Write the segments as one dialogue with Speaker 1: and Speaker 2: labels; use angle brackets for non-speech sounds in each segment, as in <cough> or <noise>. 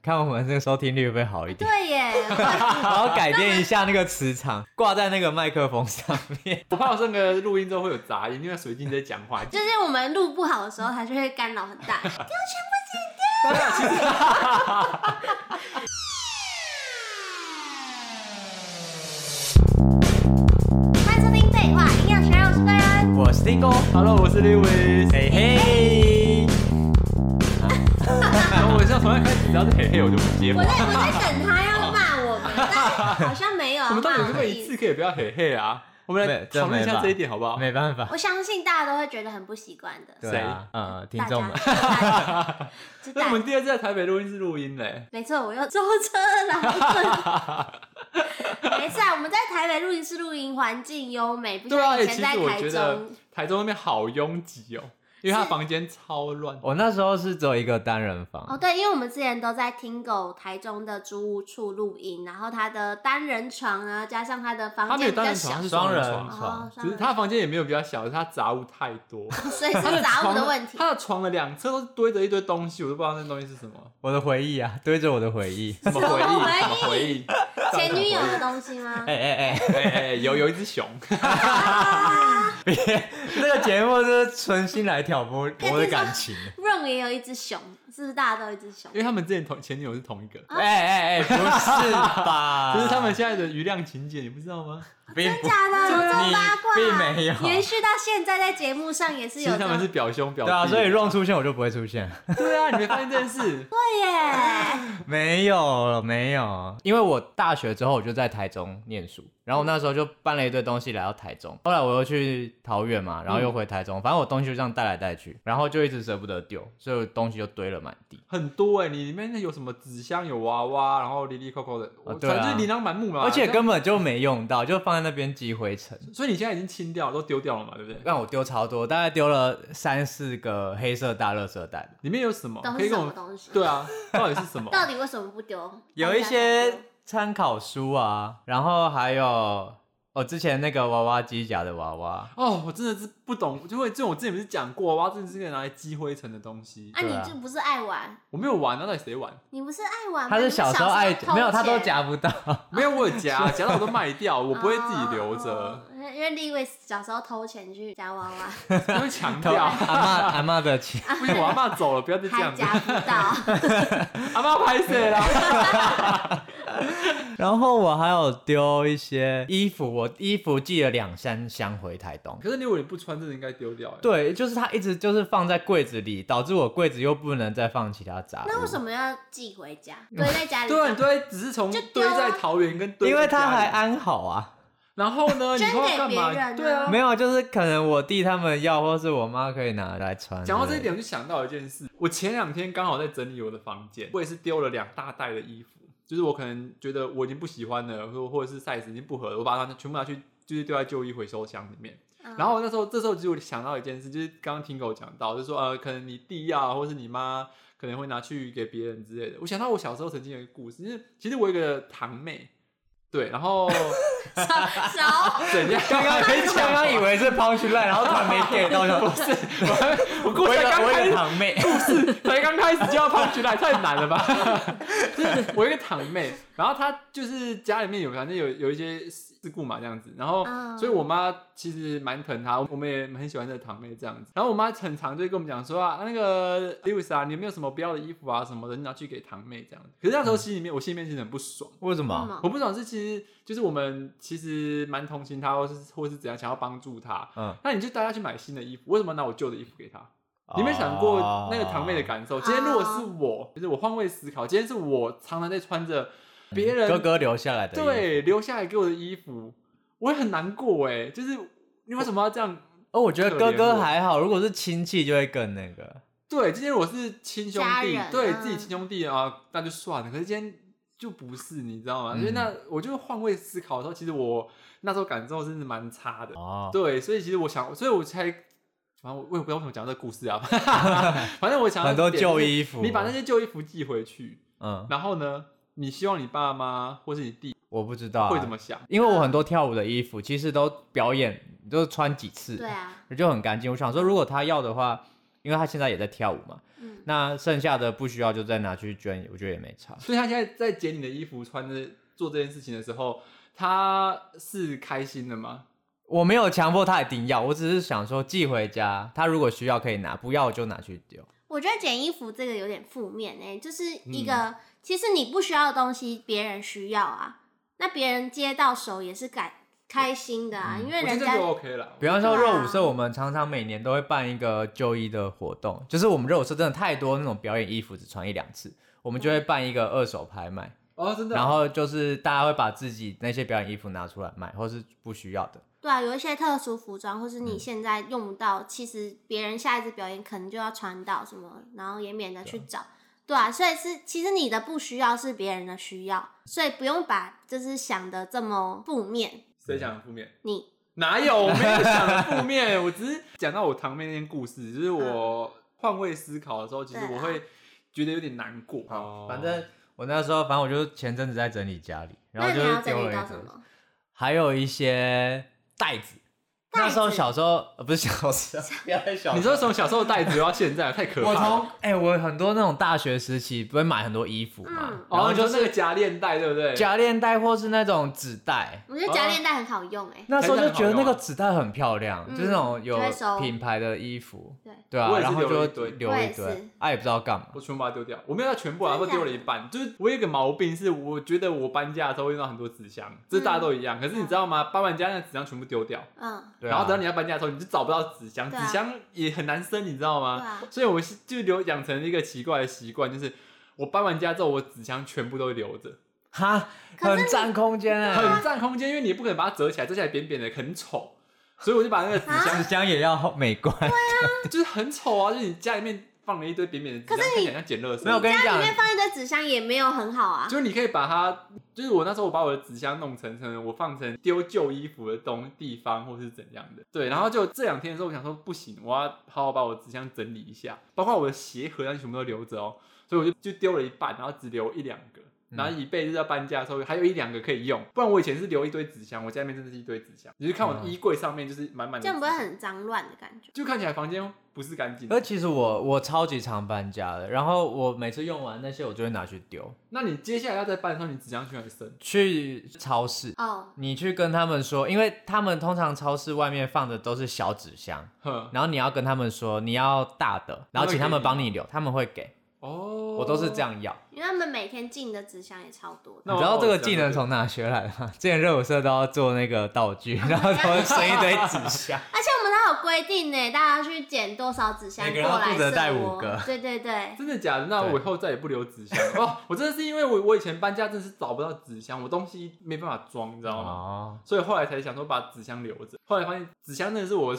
Speaker 1: 看我们这个收听率会不会好一点，
Speaker 2: 对耶，会
Speaker 3: 啊
Speaker 1: 然后改变一下那个磁
Speaker 3: <laughs>
Speaker 1: 场，挂在那个麦克风上面。
Speaker 3: 我怕我这个录音之后会有杂音，因为水晶在讲 <laughs> 话。
Speaker 2: 就是我们录不好的时候，它就会干扰很大。 <laughs> 欢迎收听《废话营养学人》，我是贝恩。
Speaker 1: 我是 Tingo，
Speaker 3: Hello，我是 Lewis。
Speaker 1: 嘿 <laughs> 嘿，
Speaker 3: 然后我像从一开始只要是嘿嘿，我就不接
Speaker 2: 我
Speaker 3: 话。
Speaker 2: 在我在等他要骂我们，但好像没有要
Speaker 3: 我们到
Speaker 2: 骂
Speaker 3: 底
Speaker 2: 我
Speaker 3: 有没
Speaker 2: 的
Speaker 3: 有一
Speaker 2: 意
Speaker 3: 次
Speaker 2: 思。
Speaker 3: 可以不要嘿嘿啊？我们来
Speaker 1: 没真
Speaker 3: 讨论一
Speaker 1: 没
Speaker 3: 下
Speaker 1: 吧
Speaker 3: 这一点好不好？
Speaker 1: 没办法，
Speaker 2: 我相信大家都会觉得很不习惯的，
Speaker 1: 对啊，呃，听
Speaker 2: 大家
Speaker 1: 众们，
Speaker 2: 知
Speaker 3: <laughs> 那
Speaker 2: 道
Speaker 3: 我。们第二次在台北录音是录音嘞，
Speaker 2: 没错，我又舟车劳顿。没事啊，我们在台北录音室录音，环境优美，不
Speaker 3: 对啊
Speaker 2: 像以前
Speaker 3: 欸
Speaker 2: 在
Speaker 3: 其实我
Speaker 2: 台
Speaker 3: 觉得
Speaker 2: 中。
Speaker 3: 台中那边好拥挤哦，因为他房间超乱。
Speaker 1: 我那时候是只有一个单人房，
Speaker 2: 哦，对，因为我们之前都在听狗台中的租屋处录音，然后他的单人床啊，加上他的
Speaker 3: 他
Speaker 2: 房
Speaker 3: 没
Speaker 2: 间
Speaker 3: 有
Speaker 2: 比
Speaker 3: 单
Speaker 2: 较小
Speaker 3: 人床，他，是
Speaker 1: 双
Speaker 3: 双
Speaker 1: 人
Speaker 3: 人
Speaker 1: 床
Speaker 3: 床，
Speaker 2: 哦，
Speaker 3: 只是他房间也没有比较小，他杂物太多。
Speaker 2: 所以是
Speaker 3: 他的
Speaker 2: 杂物
Speaker 3: 床
Speaker 2: 的问题。
Speaker 3: 他的床的两侧都是堆着一堆东西，我都不知道那东西是什么，
Speaker 1: 我的回忆啊，堆着我的回
Speaker 3: <laughs>
Speaker 1: 忆。
Speaker 3: 什么
Speaker 2: 什么
Speaker 3: 回忆，
Speaker 2: 回忆
Speaker 3: 什么回忆。
Speaker 2: 前女友的东西吗？
Speaker 1: 哎哎哎，
Speaker 3: 哎哎哎，有有一只熊，
Speaker 1: 这个节目是存心来挑拨我的感
Speaker 3: <laughs>
Speaker 1: 情。
Speaker 2: 润也有一只熊，是不是大家都有一只熊
Speaker 3: 因？为他们之前同前女友是同一个，
Speaker 1: 哎哎哎，不是
Speaker 3: <laughs>
Speaker 2: 啊
Speaker 1: 吧？
Speaker 3: 哦就是他们现在的余量情节，你不知道
Speaker 2: <laughs>
Speaker 3: 吗？
Speaker 1: 并不，
Speaker 2: 假
Speaker 3: <laughs>
Speaker 2: 的，有这么
Speaker 1: 你
Speaker 2: 八卦，
Speaker 1: 并没有
Speaker 2: 延续到现在，在节目上也是
Speaker 3: 其
Speaker 2: 有
Speaker 3: 实
Speaker 2: 这
Speaker 3: 他们
Speaker 2: 种
Speaker 3: 是表兄表弟。
Speaker 1: 对啊，所以 Ron 出现我就不会出现。
Speaker 3: <laughs> 对啊，你没发现这件事？
Speaker 2: 对耶，
Speaker 1: <laughs> 没有了，没有，因为我大学之后我就在台中念书，然后我那时候就搬了一堆东西来到台中，后来我又去桃园嘛，然后又回台中，反正我东西就这样带来带去，然后就一直舍不得丢，所以我东西就堆了满地。
Speaker 3: 很多哎、你里面有什么纸箱、有娃娃，然后里里扣扣的，我
Speaker 1: 哦对啊
Speaker 3: 反正就是琳琅满目嘛。
Speaker 1: 而且
Speaker 3: 那
Speaker 1: 根本就没用到，就放在那边积灰尘，
Speaker 3: 所以你现在已经清掉了，都丢掉了嘛，对
Speaker 2: <laughs>
Speaker 3: 不对？
Speaker 1: 让我丢超多，大概丢了三四个黑色大垃圾袋吧。
Speaker 3: 里面有什么
Speaker 2: 都
Speaker 3: 可
Speaker 2: 是
Speaker 3: 以
Speaker 2: 什
Speaker 3: 跟
Speaker 2: 么
Speaker 3: 我？
Speaker 2: 东西？
Speaker 3: 对啊，到底是
Speaker 2: <laughs>
Speaker 3: 什么？
Speaker 2: 到底为什么不丢？
Speaker 1: 有一
Speaker 2: 大家都
Speaker 1: 些
Speaker 2: 丢
Speaker 1: 参考书啊，然后还有哦、之前那个娃娃机甲的娃娃，
Speaker 3: 哦，我真的是不懂，因为这种我之前不是讲过，娃娃真的是可以拿来积灰尘的东西。
Speaker 2: 啊，
Speaker 1: 对啊
Speaker 2: 你就不是爱玩，
Speaker 3: 我没有玩，那到底谁玩？
Speaker 2: 你不是爱玩吗，
Speaker 1: 他是
Speaker 2: 你小
Speaker 1: 小时候爱
Speaker 2: 偷
Speaker 1: 没有，他都
Speaker 2: 钱，
Speaker 1: 夹不到。
Speaker 3: 没有，我
Speaker 2: <laughs>
Speaker 3: 有夹，夹到我都卖掉，我不会自己留
Speaker 2: 哦 <laughs>
Speaker 3: 着，。
Speaker 2: 因为因为立伟小时候偷钱去夹娃娃，
Speaker 3: 因为强
Speaker 1: 偷
Speaker 3: 调
Speaker 1: <laughs> 阿。妈阿妈的 <laughs> 钱，
Speaker 3: 不行，我阿妈走了，不要再这
Speaker 2: 还
Speaker 3: 样子。
Speaker 2: 夹不到，
Speaker 3: 阿妈拍谁啦？
Speaker 1: 然后我还有丢一些衣服，我衣服寄了两三箱回台东。
Speaker 3: 可是你如果你不穿，真的应该丢掉。，欸
Speaker 1: 对，就是它一直就是放在柜子里，导致我柜子又不能再放其他杂物。
Speaker 2: 那为什么要寄回家？堆在家里，
Speaker 3: 对啊，你都会只是从
Speaker 2: 就
Speaker 3: 堆
Speaker 2: 丢啊
Speaker 3: 在桃园跟堆，
Speaker 1: 因为它还。安好啊，
Speaker 3: 然后呢，你
Speaker 2: 捐
Speaker 3: 以后
Speaker 2: 给
Speaker 3: 要干
Speaker 2: 别人
Speaker 3: 嘛？
Speaker 2: 啊
Speaker 3: 对啊。
Speaker 1: 没有，就是可能我弟他们要，或是我妈可以拿来穿。
Speaker 3: 讲到这一，点，我就想到一件事。我前两天刚好在整理我的房间，我也是丢了两大袋的衣服，就是我可能觉得我已经不喜欢了，或或者是 size 已经不合了，我把它全部拿去，就是丢在旧衣回收箱里面。
Speaker 2: 嗯
Speaker 3: 然后那时候，这时候其实我想到一件事，就是刚刚听狗讲到，就是说呃，可能你弟啊，或是你妈可能会拿去给别人之类的。我想到我小时候曾经有一个故事，就是其实我有一个堂妹，对，然后
Speaker 2: 手手
Speaker 3: 怎样？
Speaker 1: 刚刚刚刚以为是 punch line，然后突然没 get 到，就不是，
Speaker 3: 我故
Speaker 1: <laughs> 我有
Speaker 3: 事才刚
Speaker 1: 我
Speaker 3: 开
Speaker 1: 有
Speaker 3: 始，
Speaker 1: 堂
Speaker 3: <laughs>
Speaker 1: 妹，
Speaker 3: 才刚开始就要胖起来，太难了吧？就是我有一个堂妹，然后她就是家里面有反正有有一些事故嘛这样子，然后、
Speaker 2: 嗯
Speaker 3: 所以我妈其实蛮疼她，我们也很喜欢这个堂妹这样子。然后我妈很常就跟我们讲说啊，那个 Lewis 啊，你有没有什么不要的衣服啊什么的，你拿去给堂妹这样子。可是那时候心里面，我心里面其实很不爽。
Speaker 1: 为什
Speaker 2: 什
Speaker 1: 么？
Speaker 2: 么
Speaker 3: 我不爽是，其实就是我们其实蛮同情她，或是或是怎样想要帮助她。
Speaker 1: 嗯，
Speaker 3: 那你就带她去买新的衣服，为什么拿我旧的衣服给她？哦你有没有想过那个堂妹
Speaker 1: 哦
Speaker 3: 的感受？今天如果是我，就是我换位思考，今天是我常常在穿着别人
Speaker 1: 哥哥留下来的？，
Speaker 3: 对留下来给我的衣服，我也很难过哎。就是你为什么要这样？
Speaker 1: 哦，我觉得
Speaker 3: 可
Speaker 1: 哥
Speaker 3: 怜
Speaker 1: 哥
Speaker 3: 我
Speaker 1: 还好，如果是亲戚就会更那个。
Speaker 3: 对，今天我是亲兄
Speaker 2: 家
Speaker 3: 弟
Speaker 2: 人，
Speaker 3: 对
Speaker 2: 嗯
Speaker 3: 自己亲兄弟啊，那就算了。可是今天就不是，你知道吗？
Speaker 1: 嗯
Speaker 3: 所以那我就换位思考的时候，其实我那时候感受真的蛮差的。
Speaker 1: 哦，
Speaker 3: 对，所以其实我想，所以我才，反正我我也不知道为什么讲这个故
Speaker 1: <laughs>
Speaker 3: 事啊，反正我想
Speaker 1: 很多
Speaker 3: 点就是
Speaker 1: 旧衣服
Speaker 3: 你把那些旧衣服寄回去，
Speaker 1: 嗯，
Speaker 3: 然后呢，你希望你爸妈或是你弟
Speaker 1: 我不知道、啊、
Speaker 3: 会怎么想？
Speaker 1: 因为我很多跳舞的衣服其实都表演，就是穿几次，
Speaker 2: 对啊，
Speaker 1: 就很干净。我想说，如果他要的话，因为他现在也在跳舞嘛。
Speaker 2: 嗯，
Speaker 1: 那剩下的不需要就再拿去捐，我觉得也没差。
Speaker 3: 所以他现在在捡你的衣服穿着做这件事情的时候，他是开心的吗？
Speaker 1: 我没有强迫他一定要，我只是想说寄回家，他如果需要可以拿，不要我就拿去丢。
Speaker 2: 我觉得捡衣服这个有点负面哎、就是一个、其实你不需要的东西，别人需要啊，那别人接到手也是感开心的啊，因为
Speaker 3: 我觉
Speaker 2: 人
Speaker 3: 得
Speaker 2: 家
Speaker 3: 这就 OK 了。
Speaker 1: 比方说
Speaker 2: 对啊
Speaker 1: 热舞社，我们常常每年都会办一个就医的活动，就是我们热舞社真的太多那种表演衣服只穿一两次，我们就会办一个二手拍卖，
Speaker 3: 哦，真的啊，
Speaker 1: 然后就是大家会把自己那些表演衣服拿出来卖，或是不需要的。
Speaker 2: 对啊，有一些特殊服装，或是
Speaker 1: 嗯
Speaker 2: 你现在用不到，其实别人下一次表演可能就要穿到什么，然后也免得去找。对啊，所以是其实你的不需要是别人的需要，所以不用把就是想的这么负面。
Speaker 3: 谁讲的负面？
Speaker 2: 你
Speaker 3: 哪有？我没有想的负面，我只是讲到我堂妹那件故事，就是我换位思考的时候，其实
Speaker 2: 嗯对
Speaker 3: 我
Speaker 2: 啊
Speaker 3: 会觉得有点难过。哦
Speaker 1: 反正我那时候，反正我就前阵子在整理家里，然后
Speaker 2: 那
Speaker 1: 就
Speaker 2: 你要
Speaker 1: 是丢
Speaker 2: 整
Speaker 1: 了
Speaker 2: 理
Speaker 1: 一
Speaker 2: 到
Speaker 1: 个
Speaker 2: 什么？
Speaker 1: 还有一些袋子。那
Speaker 2: 袋子
Speaker 1: 时候小时候，呃、不是小时
Speaker 2: <laughs>
Speaker 1: 候，不要再小时候。
Speaker 3: 你说从小时候带子到现在，太可怕
Speaker 1: 我从
Speaker 3: 了。
Speaker 1: 哎、我很多那种大学时期不会买很多衣服嘛，
Speaker 2: 嗯
Speaker 1: 然后
Speaker 3: 哦，就
Speaker 1: 就是
Speaker 3: 那个
Speaker 1: 是
Speaker 3: 假链带，对不
Speaker 1: <laughs>
Speaker 3: 对？
Speaker 1: 夹链带或是那种纸袋。
Speaker 2: 我觉得夹链带很好用哎、
Speaker 1: 那时候就觉得那个纸袋很啊漂亮，
Speaker 2: 嗯
Speaker 1: 就是那种有
Speaker 2: 就会收
Speaker 1: 品牌的衣服，
Speaker 2: 对
Speaker 1: 对啊
Speaker 3: 我，也是
Speaker 1: 然后
Speaker 3: 留
Speaker 1: 就
Speaker 3: 一堆
Speaker 1: 留
Speaker 2: 我
Speaker 1: 一
Speaker 2: 也是
Speaker 1: 堆，啊也不知道干嘛。
Speaker 3: 我全部把它丢掉，我没有到全部啊，
Speaker 2: 真
Speaker 3: 我
Speaker 2: 的
Speaker 3: 丢了
Speaker 2: 假
Speaker 3: 一
Speaker 2: 的
Speaker 3: 半。就是我有一个毛病，是我觉得我搬家的时候会用到很多纸箱，这大家都一样。可是你知道吗？搬完家那纸箱全部丢掉，
Speaker 2: 嗯，
Speaker 1: 对啊
Speaker 3: 然后等到你要搬家的时候，你就找不到纸箱，
Speaker 2: 对
Speaker 3: 纸
Speaker 2: 啊
Speaker 3: 箱也很难生，你知道
Speaker 2: 对
Speaker 3: 吗？
Speaker 2: 啊，
Speaker 3: 所以我是就留养成了一个奇怪的习惯，就是我搬完家之后，我纸箱全部都会留着，
Speaker 1: 哈，
Speaker 2: 可是
Speaker 1: 很占空间
Speaker 2: 啊
Speaker 1: 哎、
Speaker 3: 很占空间，因为你也不可能把它折起来，折起来扁扁的很丑，所以我就把那个纸箱
Speaker 1: <laughs> 纸箱也要美观。
Speaker 2: 啊
Speaker 3: 就是很丑啊，就是你家里面放了一堆扁扁的纸箱，
Speaker 2: 可是
Speaker 3: 看
Speaker 2: 你
Speaker 3: 起来像捡垃圾。
Speaker 1: <laughs> 没有，我跟你
Speaker 2: 家
Speaker 1: 讲
Speaker 2: 里，面放一堆纸箱也没有很好啊。
Speaker 3: 就是你可以把它，就是我那时候我把我的纸箱弄成，可能我放成丢旧衣服的东地方，或是怎样的。对，然后就这两天的时候，我想说不行，我要好好把我的纸箱整理一下，包括我的鞋盒那些全部都留着哦，所以我就就丢了一半，然后只留一两
Speaker 1: 嗯
Speaker 3: 个。然后以备就是要搬家的时候，还有一两个可以用，不然我以前是留一堆纸箱，我家里面真的是一堆纸箱。你就看我的
Speaker 1: 嗯
Speaker 3: 衣柜上面就是满满的，
Speaker 2: 这样不会，很脏乱的感觉？
Speaker 3: 就看起来房间不是干净的
Speaker 1: 而。其实我我超级常搬家的，然后我每次用完那些，我就会拿去丢，
Speaker 3: 那你接下来要再搬的时候，你纸箱去哪里生？
Speaker 1: 去超市。
Speaker 2: 哦，
Speaker 1: 你去跟他们说，因为他们通常超市外面放的都是小纸箱，
Speaker 3: 哼，
Speaker 1: 然后你要跟他们说你要大的，然后请他们帮你留，他们会给，
Speaker 3: 哦，
Speaker 1: 我都是这。样要。
Speaker 2: 因为他们每天进的纸箱也超多的。
Speaker 3: 那
Speaker 1: 你
Speaker 3: 我
Speaker 1: 知道这
Speaker 3: 我
Speaker 1: 个
Speaker 3: 这样
Speaker 1: 技
Speaker 3: 就
Speaker 1: 能
Speaker 3: 对
Speaker 1: 从哪学来的吗？之前热舞社都要做那个道 <laughs> 具，然后他们随一堆纸箱。
Speaker 2: 而且我们都有规定呢，大家去捡多少纸箱
Speaker 1: 每个
Speaker 2: 过
Speaker 1: 人要
Speaker 2: 来
Speaker 1: 负责带
Speaker 2: 设
Speaker 1: 五
Speaker 2: 窝
Speaker 1: 个
Speaker 2: 对对对，
Speaker 3: 真的假的？那我
Speaker 1: 对
Speaker 3: 以后再也不留纸箱
Speaker 1: <laughs>
Speaker 3: 了哦。我真的是因为我我以前搬家真的是找不到纸箱，我东西没办法装，你知道吗？
Speaker 1: 哦，
Speaker 3: 所以后来才想说把纸箱留着。后来发现纸箱真的是我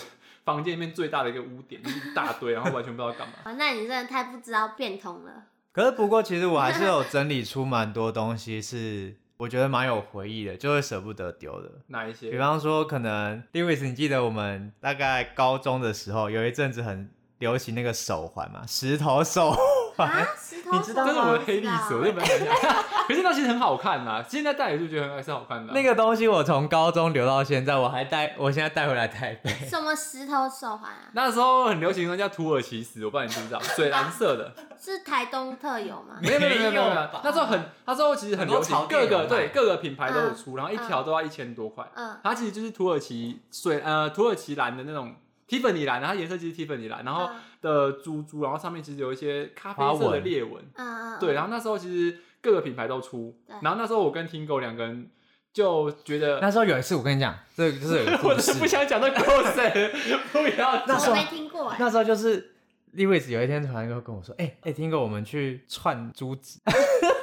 Speaker 3: 房间里面最大的一个污点，就是一大
Speaker 1: <laughs>
Speaker 3: 堆，然后完全不知道干嘛。
Speaker 2: 啊，那你真的太不知道变通了。
Speaker 1: 可是不过其实我还是有整理出蛮多东西，是我觉得蛮有回忆的，就会舍不得丢的。
Speaker 3: 哪一些？
Speaker 1: 比方说，可能 Lewis，你记得我们大概高中的时候，有一阵子很流行那个手环嘛，石头 <laughs> 手环。
Speaker 2: 啊，石头
Speaker 1: <laughs> 你知道
Speaker 2: 手
Speaker 3: 这是
Speaker 2: 吗
Speaker 3: 我的黑历史，我就没有讲。
Speaker 1: <laughs>
Speaker 3: 可是那其实很好看呐、现在戴也就觉得很还是好看的啊、
Speaker 1: 那个东西我从高中留到现在，我还带，我现在带回来台北。
Speaker 2: 什么石头手环啊？
Speaker 3: 那时候很流行的叫土耳其石，我不知道你知不知道，水蓝色的。
Speaker 2: 是台东特有吗？
Speaker 3: 没有没有没有没
Speaker 1: 没
Speaker 3: 有没
Speaker 1: 有
Speaker 3: 有
Speaker 1: 吧，
Speaker 3: 那时候很那时候其实很流行
Speaker 1: 很，多
Speaker 3: 各
Speaker 1: 潮店
Speaker 3: 个
Speaker 1: 有
Speaker 3: 对
Speaker 1: 卖
Speaker 3: 各个品牌都有出，然后一条都要一千多块。
Speaker 2: 嗯，
Speaker 3: 它其实就是土耳其水呃土耳其蓝的那种蒂芬尼蓝，然后它颜色其实蒂芬尼蓝，然后
Speaker 2: 嗯
Speaker 3: 的珠珠，然后上面其实有一些咖啡
Speaker 1: 花
Speaker 3: 色的
Speaker 1: 纹
Speaker 3: 裂纹。
Speaker 2: 嗯嗯，
Speaker 3: 对，
Speaker 2: 嗯，
Speaker 3: 然后那时候其实各个品牌都出
Speaker 2: 对，
Speaker 3: 然后那时候我跟听狗两个人就觉得，
Speaker 1: <laughs> 那时候有一次，我跟你讲，这个就是有一 <laughs> 个
Speaker 3: 我
Speaker 1: 故
Speaker 3: 真的不
Speaker 1: 事。
Speaker 3: 想讲到 g o s <laughs> 不要
Speaker 1: 那时候
Speaker 2: 我没听过哎，
Speaker 1: 那时候就是 Lewis 有一天突然跟跟我说：“哎、哎、听过我们去串珠子。” <laughs>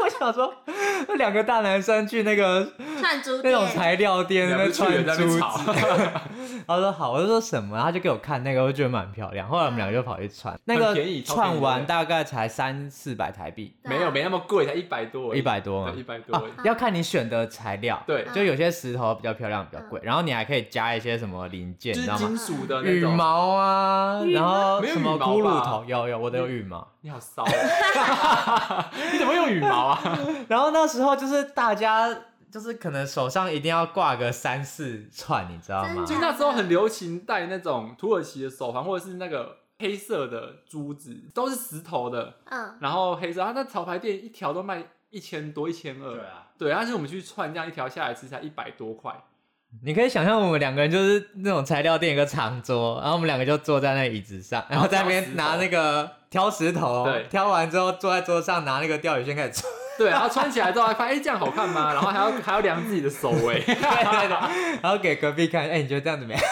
Speaker 1: 我想说，那两个大男生去那个
Speaker 2: 欸串珠
Speaker 1: 那
Speaker 2: 店
Speaker 1: 种材料店
Speaker 3: 你
Speaker 1: 那
Speaker 3: 还
Speaker 1: 边
Speaker 3: 不是
Speaker 1: 串
Speaker 3: 去人在那
Speaker 1: 珠
Speaker 3: 边
Speaker 1: 子。
Speaker 3: 吵，
Speaker 1: <laughs>
Speaker 3: <laughs> 啊
Speaker 1: 他说好，我就说什么，然后他就给我看那个，我觉得蛮漂亮。后来我们两个就跑去串，那
Speaker 3: 很
Speaker 1: 个
Speaker 3: 便宜超便宜
Speaker 1: 串
Speaker 3: 的
Speaker 1: 完大概才三四百台币，
Speaker 2: 对啊
Speaker 3: 没有没那么贵，才一百多而已，
Speaker 1: 一百多嘛
Speaker 3: 对，一百多
Speaker 1: 啊
Speaker 3: 而已，
Speaker 1: 要看你选的材料，
Speaker 3: 对。
Speaker 1: 就有些石头比较漂亮，比较贵，然后你还可以加一些什么零件，
Speaker 3: 就
Speaker 1: 你知
Speaker 3: 是
Speaker 1: 道吗
Speaker 3: 金？属的那
Speaker 1: 羽
Speaker 3: 种，
Speaker 1: 毛啊，
Speaker 2: 羽毛
Speaker 1: 然后
Speaker 3: 没有
Speaker 1: 什
Speaker 3: 羽
Speaker 1: 么
Speaker 3: 毛
Speaker 1: 骷
Speaker 3: 吧
Speaker 1: 髅头，有有，我的有羽毛。
Speaker 3: 你好骚、哦， <laughs> 你怎么用羽毛啊？
Speaker 1: 然后那时候就是大家就是可能手上一定要挂个三四串，你知道吗
Speaker 2: 真？的
Speaker 3: 就那时候很流行戴那种土耳其的手环，或者是那个黑色的珠子，都是石头的，
Speaker 2: 嗯，
Speaker 3: 然后黑色，啊它那潮牌店一条都卖一千多、一千二，
Speaker 4: 啊，
Speaker 3: 对，但是我们去串这样一条下来，其实才一百多块，
Speaker 1: 你可以想象我们两个人就是那种材料店有个长桌，然后我们两个就坐在那椅子上，然后在那边拿那个挑石头，
Speaker 3: 对
Speaker 1: 挑完之后坐在桌上拿那个钓鱼线开始戳，
Speaker 3: 对，啊然后穿起来之后还发现，哎、这样好看吗？然后还要 <laughs> 还要量自己的手围，
Speaker 1: 对对对，然后给隔壁看，哎、你觉得这样怎么
Speaker 2: <laughs>
Speaker 1: 样？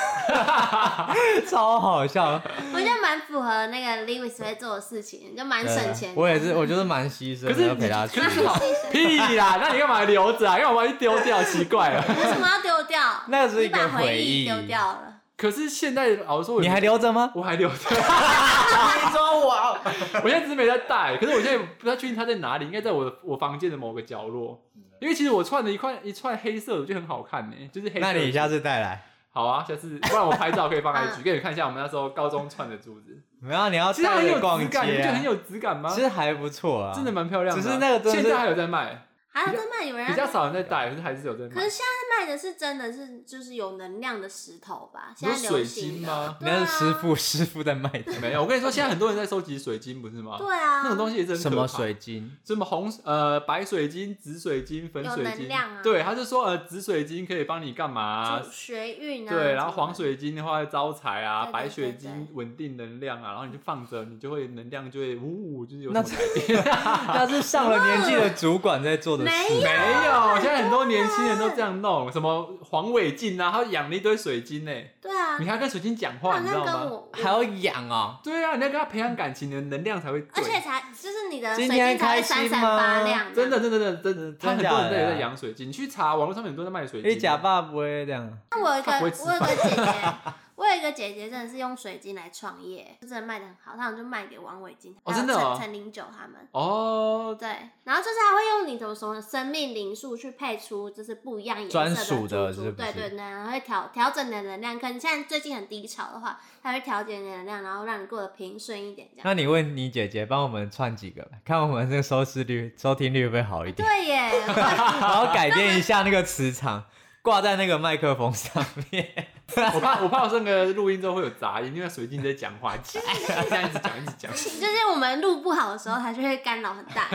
Speaker 1: 超好笑，
Speaker 2: 我觉得蛮符合那个 Lewis 会做的事情，就蛮省钱的。
Speaker 1: 呃我
Speaker 2: <laughs>
Speaker 1: 也是，我就是蛮牺牲
Speaker 3: 可
Speaker 1: 的，
Speaker 3: 是
Speaker 1: 要
Speaker 3: 你
Speaker 1: 陪他去
Speaker 3: 可。是好屁啦，那你干嘛留着啊？干嘛把它丢掉？奇怪了。
Speaker 2: 为什么要丢掉？
Speaker 1: 那是一
Speaker 2: 你把
Speaker 1: 个
Speaker 2: 回
Speaker 1: 回忆
Speaker 2: 丢掉了。
Speaker 3: 可是现在老实说，我
Speaker 1: 你还留着吗？
Speaker 3: <laughs> 我还留着，
Speaker 4: 你说我，
Speaker 3: 我现在只是没在戴。可是我现在不太确定它在哪里，应该在我的我房间的某个角落。
Speaker 1: 嗯
Speaker 3: 因为其实我穿了一块一串黑色的，我觉得很好看呢、就是黑色的。
Speaker 1: 那你 <laughs> 下次带来。
Speaker 3: 好啊，下次不然我拍照可
Speaker 1: 啊
Speaker 3: 以放 IG 给你们看一下我们那时候高中串的
Speaker 1: <laughs>
Speaker 3: 珠子，
Speaker 1: 没有，你要
Speaker 3: 其实很
Speaker 1: 带
Speaker 3: 有
Speaker 1: 着逛
Speaker 3: 质
Speaker 1: 街、
Speaker 3: 感，你不觉得
Speaker 1: 啊
Speaker 3: 很，有质感吗
Speaker 1: 其？实还不错啊，
Speaker 3: 真的蛮漂亮的啊，
Speaker 1: 只是那个真的
Speaker 3: 现
Speaker 1: 是哎
Speaker 3: 在还有在卖，
Speaker 2: 还有在卖啊有人要
Speaker 3: 比较少人在戴，可是还是有在
Speaker 2: 可
Speaker 3: 卖
Speaker 2: 是。现在卖的是真的是就是有能量的石头吧？现
Speaker 3: 有
Speaker 2: 在流
Speaker 3: 水
Speaker 2: 行
Speaker 3: 晶
Speaker 2: 的，
Speaker 3: 吗？
Speaker 2: 对
Speaker 1: 那
Speaker 2: 啊
Speaker 1: 是师傅，师傅在卖的。
Speaker 3: 没有，我跟你说，现在很多人在收集水晶，不是吗？
Speaker 2: 对啊，
Speaker 3: 那种东西也是很
Speaker 1: 什
Speaker 3: 可
Speaker 1: 么
Speaker 3: 怕
Speaker 1: 水晶？ <laughs>
Speaker 3: 什么红呃白水晶、紫水晶、粉
Speaker 2: 有
Speaker 3: 水
Speaker 2: 能
Speaker 3: 晶，
Speaker 2: 量啊
Speaker 3: 对，他就说呃紫水晶可以帮你干嘛、
Speaker 2: 就学运啊，
Speaker 3: 对，然后
Speaker 2: 什么
Speaker 3: 黄水晶的话招财啊，
Speaker 2: 对对
Speaker 3: 白水
Speaker 2: 对
Speaker 3: 晶
Speaker 2: 对
Speaker 3: 稳定能量啊，然后你就放着，你就会能量就会呜，就是有什
Speaker 1: 那
Speaker 3: 么改变。
Speaker 1: 那是上了年纪的主管在做的事。
Speaker 2: 没
Speaker 3: <laughs> 没有，现在很多年轻人都这样弄，什么黄尾镜啊，他养了一堆水晶呢、
Speaker 2: 对啊，
Speaker 3: 你还要跟水晶讲
Speaker 2: 那
Speaker 3: 话，
Speaker 2: 好
Speaker 3: 你知道
Speaker 2: 像跟
Speaker 3: 吗？
Speaker 2: 我，
Speaker 1: 还要养哦。
Speaker 3: 对啊，你要跟他培养感情，你的能量才会
Speaker 2: 而
Speaker 3: 对。
Speaker 2: 且才就是你的水
Speaker 1: 今
Speaker 2: 晶
Speaker 1: 天
Speaker 2: 才
Speaker 1: 开
Speaker 2: 会
Speaker 1: 心
Speaker 2: 闪闪
Speaker 1: 吗
Speaker 2: 发亮，啊
Speaker 3: 真的，。真的，真的，真的，他很
Speaker 1: 真假
Speaker 3: 多人在
Speaker 1: 的啊
Speaker 3: 在养水晶。你去查网络上面很多人在卖水
Speaker 1: 你
Speaker 3: 晶
Speaker 1: 假
Speaker 3: 啊，
Speaker 1: 爸不会这样，
Speaker 2: 那我有一个，
Speaker 3: 他
Speaker 2: 我
Speaker 3: 不
Speaker 2: 有
Speaker 3: 会
Speaker 2: 一
Speaker 3: 吃
Speaker 2: 个姐
Speaker 3: <laughs>
Speaker 2: 姐，我有一个姐姐真的是用水晶来创业，就真的卖的很好，她好像就卖给王伟金，还
Speaker 3: 哦
Speaker 2: 有
Speaker 3: 真的哦
Speaker 2: 陈陈零九他们。
Speaker 3: 哦，
Speaker 2: 对，然后就是还会用你的什么生命灵数去配出，就是不一样颜色
Speaker 1: 专属的
Speaker 2: 珠珠
Speaker 1: 是不
Speaker 2: 对
Speaker 1: 是
Speaker 2: 对对，然后会调调整你的能量。可能现在最近很低潮的话，它会调节你的能量，然后让你过得平顺一点，这样。
Speaker 1: 那你问你姐姐帮我们串几个，看我们这个收视率、收听率会不会好一点，
Speaker 2: 对耶， <laughs> 会
Speaker 1: 然后改变一下那个磁场，挂在那个麦克风上面。
Speaker 3: <laughs> 我怕我怕我这个录音之后会有杂音，因为水晶在讲话，叽叽叽这样一直讲一直讲。 <laughs>
Speaker 2: 就是我们录不好的时候，它就会干扰很大。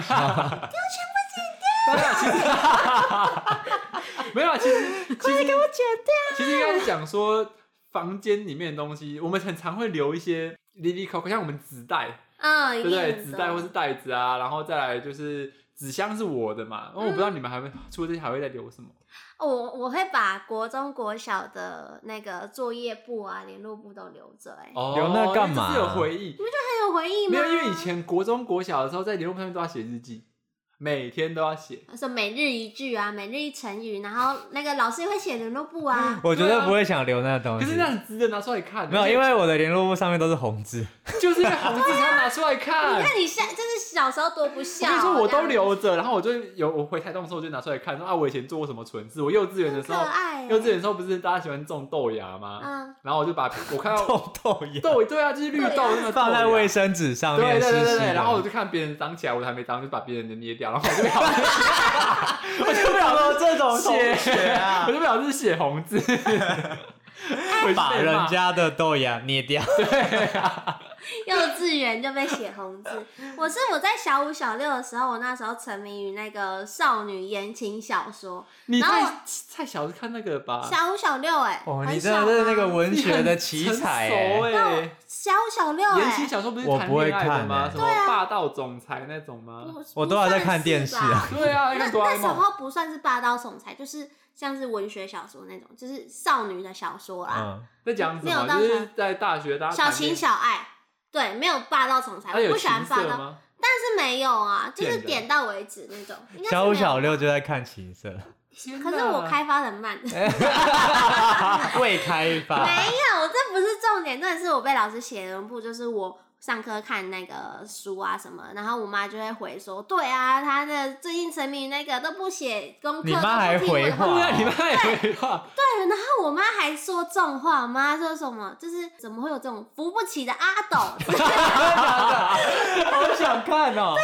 Speaker 3: 没有啊，其实其实给我剪掉。其实应该是讲说房间里面的东西，我们很常会留一些 lily coco，像我们纸袋，
Speaker 2: 嗯，一
Speaker 3: 对不
Speaker 2: 定
Speaker 3: 对？
Speaker 2: 很
Speaker 3: 纸
Speaker 2: 多
Speaker 3: 袋或是袋子啊，然后再来就是纸箱是我的嘛，因哦为我不知道你们还会除了这些还会再留什么。
Speaker 2: 哦，我我会把国中、国小的那个作业簿啊、联络簿都留着、哎、
Speaker 3: 哦
Speaker 1: 留那干嘛。
Speaker 3: 因为这是有回忆，
Speaker 2: 很有回忆
Speaker 3: 没
Speaker 2: 吗？
Speaker 3: 有，因为以前国中国小的时候在联络簿上面都要写日记，每天都要写。
Speaker 2: 说每日一句啊，每日一成语，然后那个老师也会写联络簿啊
Speaker 3: 嗯
Speaker 1: 我绝对不会想留那个东
Speaker 3: 可
Speaker 1: 西。
Speaker 3: 是那很值得拿出来看，
Speaker 1: 没有，因为我的联络簿上面都是红字。
Speaker 3: 就是因为红字才拿出来看。
Speaker 2: 你看你现就是小时候多不孝、
Speaker 3: 我
Speaker 2: 啊，
Speaker 3: 跟你说，我
Speaker 2: 这样
Speaker 3: 都留着，然后我就有我回台东的时候就拿出来看，说啊，我以前做过什么蠢事。我幼稚园的时
Speaker 2: 可
Speaker 3: 候，
Speaker 2: 爱、
Speaker 3: 幼稚园的时候不是大家喜欢种豆芽吗？
Speaker 2: 嗯，
Speaker 3: 然后我就把我看到
Speaker 1: 豆豆芽
Speaker 3: 豆，对啊，就是绿豆那个
Speaker 1: 放在卫
Speaker 3: 位置，
Speaker 1: 生纸上
Speaker 3: 对
Speaker 1: 面，啊
Speaker 3: 对对
Speaker 1: 湿
Speaker 3: 对
Speaker 1: 湿
Speaker 3: 对，
Speaker 1: 的。
Speaker 3: 然后我就看别人长起来，我还没长，就把别人的捏掉，然后 <laughs> 我就被老师，我就被老
Speaker 1: 有
Speaker 3: 师
Speaker 1: 这种同学
Speaker 3: 写，
Speaker 1: 啊
Speaker 3: 我，就被老师写红字，我就被骂
Speaker 1: 把人家的豆芽捏掉。
Speaker 2: 幼稚园就被写红
Speaker 3: <laughs>
Speaker 2: 字。我是我在小五、小六的时候，我那时候沉迷于那个少女言情小说，
Speaker 3: 你
Speaker 2: 然后
Speaker 3: 太
Speaker 2: 我
Speaker 3: 太小看那个吧，
Speaker 2: 小五、小六、哎、
Speaker 1: <laughs> 啊哦，
Speaker 2: 很
Speaker 1: 你真
Speaker 2: 小
Speaker 1: 的是那
Speaker 2: 啊
Speaker 1: 个文学的奇才
Speaker 3: 哎、
Speaker 1: 欸。
Speaker 3: 欸！
Speaker 2: 小五、小六、哎，
Speaker 3: 言情小说不是
Speaker 1: 我
Speaker 3: 谈
Speaker 1: 不会
Speaker 3: 恋爱的
Speaker 1: 看
Speaker 3: 吗？
Speaker 1: 欸
Speaker 3: 什么
Speaker 2: 啊
Speaker 3: 霸道总裁那种吗？
Speaker 2: 不
Speaker 1: 我都还在看电视啊。
Speaker 2: 不算
Speaker 3: <laughs>
Speaker 2: 是吧
Speaker 3: 对啊，
Speaker 2: 那
Speaker 3: 看哆啦
Speaker 2: 那
Speaker 3: A
Speaker 2: 时
Speaker 3: 梦。
Speaker 2: 候不算是霸道总裁，就是像是文学小说那种，就是少女的小说啦，
Speaker 1: 嗯，
Speaker 3: 在讲什
Speaker 2: 没有
Speaker 3: 么？
Speaker 2: 到
Speaker 3: 就是在大学大家
Speaker 2: 小
Speaker 3: 谈
Speaker 2: 情
Speaker 3: 恋爱，
Speaker 2: 小爱。对，没有霸道总裁，
Speaker 3: 他
Speaker 2: 我
Speaker 3: 有
Speaker 2: 不喜欢
Speaker 3: 情
Speaker 2: 霸
Speaker 3: 色
Speaker 2: 道，
Speaker 3: 吗？
Speaker 2: 但是没有啊，就是
Speaker 3: 骗
Speaker 2: 点
Speaker 3: 人
Speaker 2: 到为止那种。应该是
Speaker 1: 小五
Speaker 2: 没有
Speaker 1: 小六就在看情色，
Speaker 3: 天
Speaker 2: 可是
Speaker 3: 哪
Speaker 2: 我开发的慢，没
Speaker 1: <laughs> 未开
Speaker 2: <laughs>
Speaker 1: 发。
Speaker 2: 有，这不是重点，真的是我被老师写的部，就是我上课看那个书啊什么，然后我妈就会回说，对啊，他的最近沉迷那个都不写功课，
Speaker 1: 你妈
Speaker 2: 都不
Speaker 1: 还
Speaker 2: 听我的
Speaker 1: 回
Speaker 2: 话
Speaker 1: 话
Speaker 3: 对啊，你妈也会画，
Speaker 2: 对，然后我妈还说重话，我妈说什么就是怎么会有这种扶不起的阿斗？ <laughs> 天
Speaker 1: 好想看哦。
Speaker 2: 哪！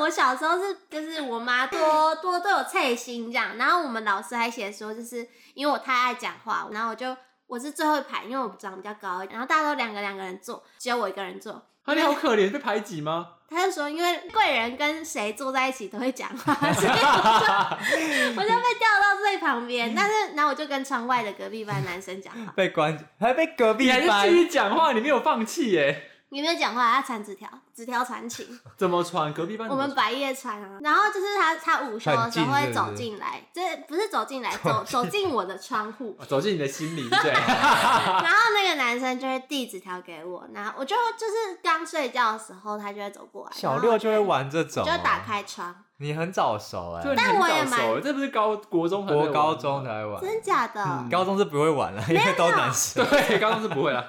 Speaker 2: 我小时候是就是我妈多多都有脆心这样，然后我们老师还写说，就是因为我太爱讲话，然后我就我是最后一排，因为我长比较高，然后大家都两个两个人坐，只有我一个人坐。
Speaker 3: 啊，你好可怜，被排挤吗？
Speaker 2: 他就说，因为贵人跟谁坐在一起都会讲话，所以我就 <laughs> 我就被调到最旁边。但是，然后我就跟窗外的隔壁班男生讲话，
Speaker 1: 被关，还被隔壁
Speaker 3: 你还是
Speaker 1: 班
Speaker 3: 继续讲话，你没有放弃耶？
Speaker 2: 你没有讲话，他啊传纸条，纸条传情。
Speaker 3: 怎么传？隔壁班
Speaker 2: 我
Speaker 3: 怎么
Speaker 2: 们百夜传啊，然后就是他他午休的时候
Speaker 1: 很近是不
Speaker 2: 会
Speaker 1: 是
Speaker 2: 走进来，就是不是走进来，走走进我的窗
Speaker 3: <laughs>
Speaker 2: 户，
Speaker 3: 传走进你的心里，对不
Speaker 2: <laughs>
Speaker 3: 对？
Speaker 2: 然后那个男生就会递纸条给我，然后我就就是刚睡觉的时候，他就会走过来，
Speaker 1: 小六就会，玩这种、
Speaker 2: 就
Speaker 1: 哦，
Speaker 2: 打，开窗，
Speaker 1: 你很早熟哎、
Speaker 3: 这你
Speaker 2: 但
Speaker 3: 很
Speaker 2: 我也
Speaker 3: 早熟欸
Speaker 2: 蛮
Speaker 3: 这不是高国中才在玩
Speaker 1: 国
Speaker 3: 吗
Speaker 1: 高中才会玩，
Speaker 2: 真假的
Speaker 3: 嗯？
Speaker 1: 高中是不会玩啊了，因为都男生，
Speaker 3: 对，高中是不会
Speaker 2: <laughs>
Speaker 3: 啦。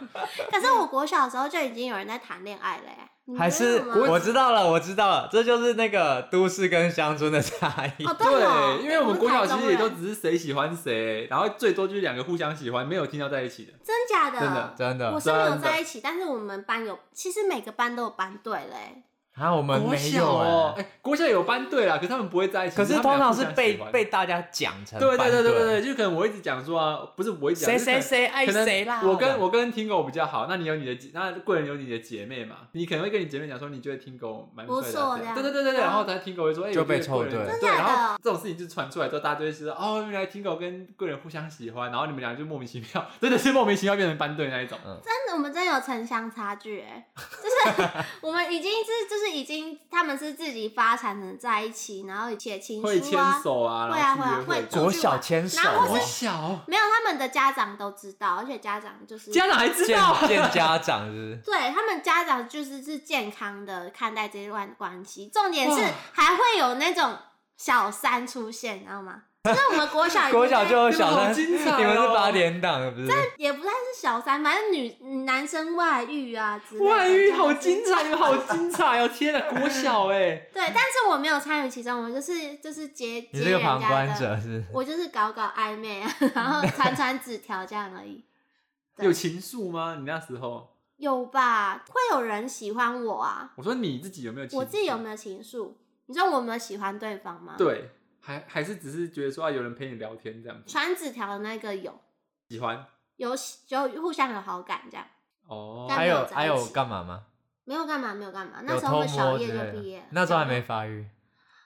Speaker 2: 可是我国小的时候就已经有人在谈恋爱了耶，你们
Speaker 1: 还是
Speaker 2: 真的吗
Speaker 1: 我知道了，我知道了，这就是那个都市跟乡村的差异。
Speaker 2: 哦对哦
Speaker 3: 对，因为我们国小其实也
Speaker 2: 们是台中
Speaker 3: 都
Speaker 2: 人
Speaker 3: 只是谁喜欢谁，然后最多就是两个互相喜欢，没有听到在一起的。
Speaker 2: 真假的
Speaker 3: 真的
Speaker 1: 真的
Speaker 2: 我是没有
Speaker 3: 真的
Speaker 2: 在一起，但是我们班有，其实每个班都有班队嘞，
Speaker 1: 啊，我们
Speaker 3: 国
Speaker 1: 没
Speaker 3: 小
Speaker 1: 有
Speaker 3: 哦，
Speaker 1: 哎、
Speaker 3: 哎，国小有班队啦，可是他们不会在一起。
Speaker 1: 可是
Speaker 3: 他们
Speaker 1: 通
Speaker 3: 俩
Speaker 1: 常
Speaker 3: 互
Speaker 1: 是
Speaker 3: 相
Speaker 1: 被
Speaker 3: 喜欢
Speaker 1: 被大家讲成
Speaker 3: 对对对
Speaker 1: 班
Speaker 3: 对对
Speaker 1: 队，
Speaker 3: 对，就可能我一直讲说啊，不是我一直讲
Speaker 1: 谁谁
Speaker 3: 就是可能
Speaker 1: 谁爱
Speaker 3: 可能
Speaker 1: 谁啦，
Speaker 3: 我跟我跟听狗比较好，那你有你的姐，那贵人有你的姐妹嘛？你可能会跟你姐妹讲说，你觉得听狗蛮帅的
Speaker 2: 不错
Speaker 3: 啊、这
Speaker 2: 这样
Speaker 3: 样对对对对对，
Speaker 2: 啊
Speaker 3: 然后才听狗会说，哎、
Speaker 1: 就
Speaker 3: 我觉得
Speaker 1: 被凑
Speaker 3: 贵人
Speaker 1: 对
Speaker 2: 真
Speaker 3: 对，
Speaker 2: 的假
Speaker 3: 然
Speaker 2: 的
Speaker 3: 后这种事情就传出来之后，大家就会知道，哦，原来听狗跟贵人互相喜欢，然后你们俩就莫名其妙，真的是莫名其妙变成班队那一种。
Speaker 2: 但我们真的有城乡差距哎、就是 <laughs> 我们已经是就是已经他们是自己发展成在一起，然后写情
Speaker 3: 会
Speaker 2: 书
Speaker 3: 牵
Speaker 2: 啊，
Speaker 3: 手啊，
Speaker 2: 会啊
Speaker 3: 然后去
Speaker 2: 会啊
Speaker 3: 约会
Speaker 2: 会
Speaker 3: 这样。
Speaker 1: 国小牵手、
Speaker 2: 然后
Speaker 3: 国
Speaker 2: 或
Speaker 1: 哦，
Speaker 3: 小
Speaker 2: 没有他们的家长都知道，而且家长就是
Speaker 3: 家长还知
Speaker 1: 见
Speaker 3: 道，啊
Speaker 1: 见家长是
Speaker 2: 对他们家长就是是健康的看待这段关系，重点是
Speaker 3: 哇
Speaker 2: 还会有那种小三出现，你知道吗？那我们国小
Speaker 1: 不
Speaker 2: 已
Speaker 1: 是，国
Speaker 2: 经
Speaker 3: <laughs>
Speaker 1: 小
Speaker 2: 在
Speaker 1: 就有
Speaker 3: 你们
Speaker 1: 小
Speaker 3: 好
Speaker 1: 三，
Speaker 3: 精彩哦
Speaker 1: <laughs> 你们是八点档的不是？
Speaker 2: 也不太是小三，反正女嗯男生外遇啊之类的
Speaker 3: <laughs> 外遇好精彩，你们好精彩 <laughs> 哦！天哪，国小哎、
Speaker 2: 对，但是我没有参与其中，我就是就是接
Speaker 1: 你
Speaker 2: 接
Speaker 1: 这个
Speaker 2: 人家
Speaker 1: 旁观
Speaker 2: 的。
Speaker 1: 者是
Speaker 2: 我就是搞搞暧昧啊，然后传传纸条这样而已。对
Speaker 3: 有情愫吗？你那时候，
Speaker 2: 有吧？会有人喜欢我啊？
Speaker 3: 我说你自己有没有情愫？
Speaker 2: 我自己有没有情愫？你说我有没有喜欢对方吗？，
Speaker 3: 对，还还是只是觉得说啊，有人陪你聊天这样子，
Speaker 2: 传纸条的那个有
Speaker 3: 喜欢
Speaker 2: 有喜有互相有好感这样，
Speaker 3: 哦。
Speaker 2: 但
Speaker 1: 还有
Speaker 2: 在一起
Speaker 1: 还有干嘛吗？
Speaker 2: 没有干嘛没有干嘛。那
Speaker 1: 有
Speaker 2: 时候
Speaker 1: 偷
Speaker 2: 我小
Speaker 1: 摸
Speaker 2: 叶
Speaker 1: 之类
Speaker 2: 就
Speaker 1: 的
Speaker 2: 毕业了，，
Speaker 1: 那时候还没发育，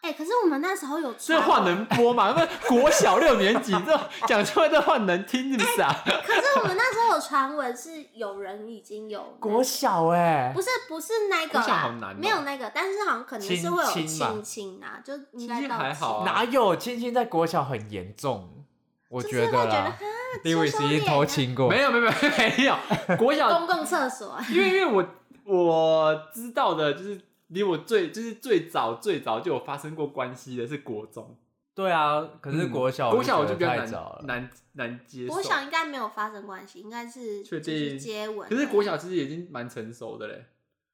Speaker 2: 哎、可是我们那时候有
Speaker 3: 这
Speaker 2: 传
Speaker 3: 话能播吗？那国小六年级，这讲出来这话能听是不是啊？
Speaker 2: 可是我们那时候有传闻是有人已经有那个
Speaker 1: 小哎
Speaker 2: 不是不是那个
Speaker 3: 国小
Speaker 2: 啦，
Speaker 3: 好难哦
Speaker 2: 没有那个，但是好像可能是
Speaker 1: 亲
Speaker 2: 会有
Speaker 1: 亲吧
Speaker 2: 亲亲啊，就应该
Speaker 3: 亲亲
Speaker 2: 到
Speaker 3: 还好啊
Speaker 1: 哪有亲亲在国小很严重？我
Speaker 2: 就是
Speaker 1: 觉
Speaker 2: 会觉
Speaker 1: 得
Speaker 2: 得啊
Speaker 1: 啦
Speaker 2: 哈，
Speaker 1: ，Lewis 已经偷亲过，
Speaker 3: <laughs> 没有没有没有没有， <laughs> 国小
Speaker 2: 啊公共厕所，啊
Speaker 3: 因为因为我我知道的就是离我最就是最早最早就有发生过关系的是国中，
Speaker 1: 对啊，可是国小
Speaker 3: 嗯国小我
Speaker 1: 就
Speaker 3: 就
Speaker 1: 觉
Speaker 3: 比
Speaker 1: 得
Speaker 3: 较
Speaker 1: 太早
Speaker 3: 难
Speaker 1: 了，
Speaker 3: 难难接受。
Speaker 2: 国小应该没有发生关系，应该是就
Speaker 3: 确定
Speaker 2: 是接吻。啊
Speaker 3: 可是国，小其实已经蛮成熟的嘞，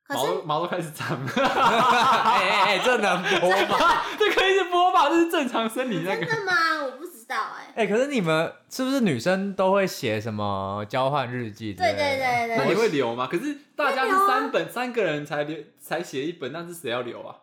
Speaker 2: 可
Speaker 3: 毛
Speaker 2: 是
Speaker 3: 都毛都开始长了。
Speaker 1: <laughs>
Speaker 3: <laughs>
Speaker 1: 哎哎哎，这能播吗？
Speaker 3: 这可以是播吧？这是正常生理那
Speaker 2: 真
Speaker 3: 个。
Speaker 2: 的吗？我不知道
Speaker 1: <laughs>
Speaker 2: 哎、
Speaker 1: 哎，可是你们是不是女生都会写什么交换日记之类的？
Speaker 2: 对对 <laughs> 对
Speaker 3: 那
Speaker 2: 对
Speaker 3: 你
Speaker 2: 对，
Speaker 3: 会留吗？可是大家
Speaker 2: 会
Speaker 3: 是
Speaker 2: 留啊
Speaker 3: 三本，三个人才留才写一本，那是谁要留啊？，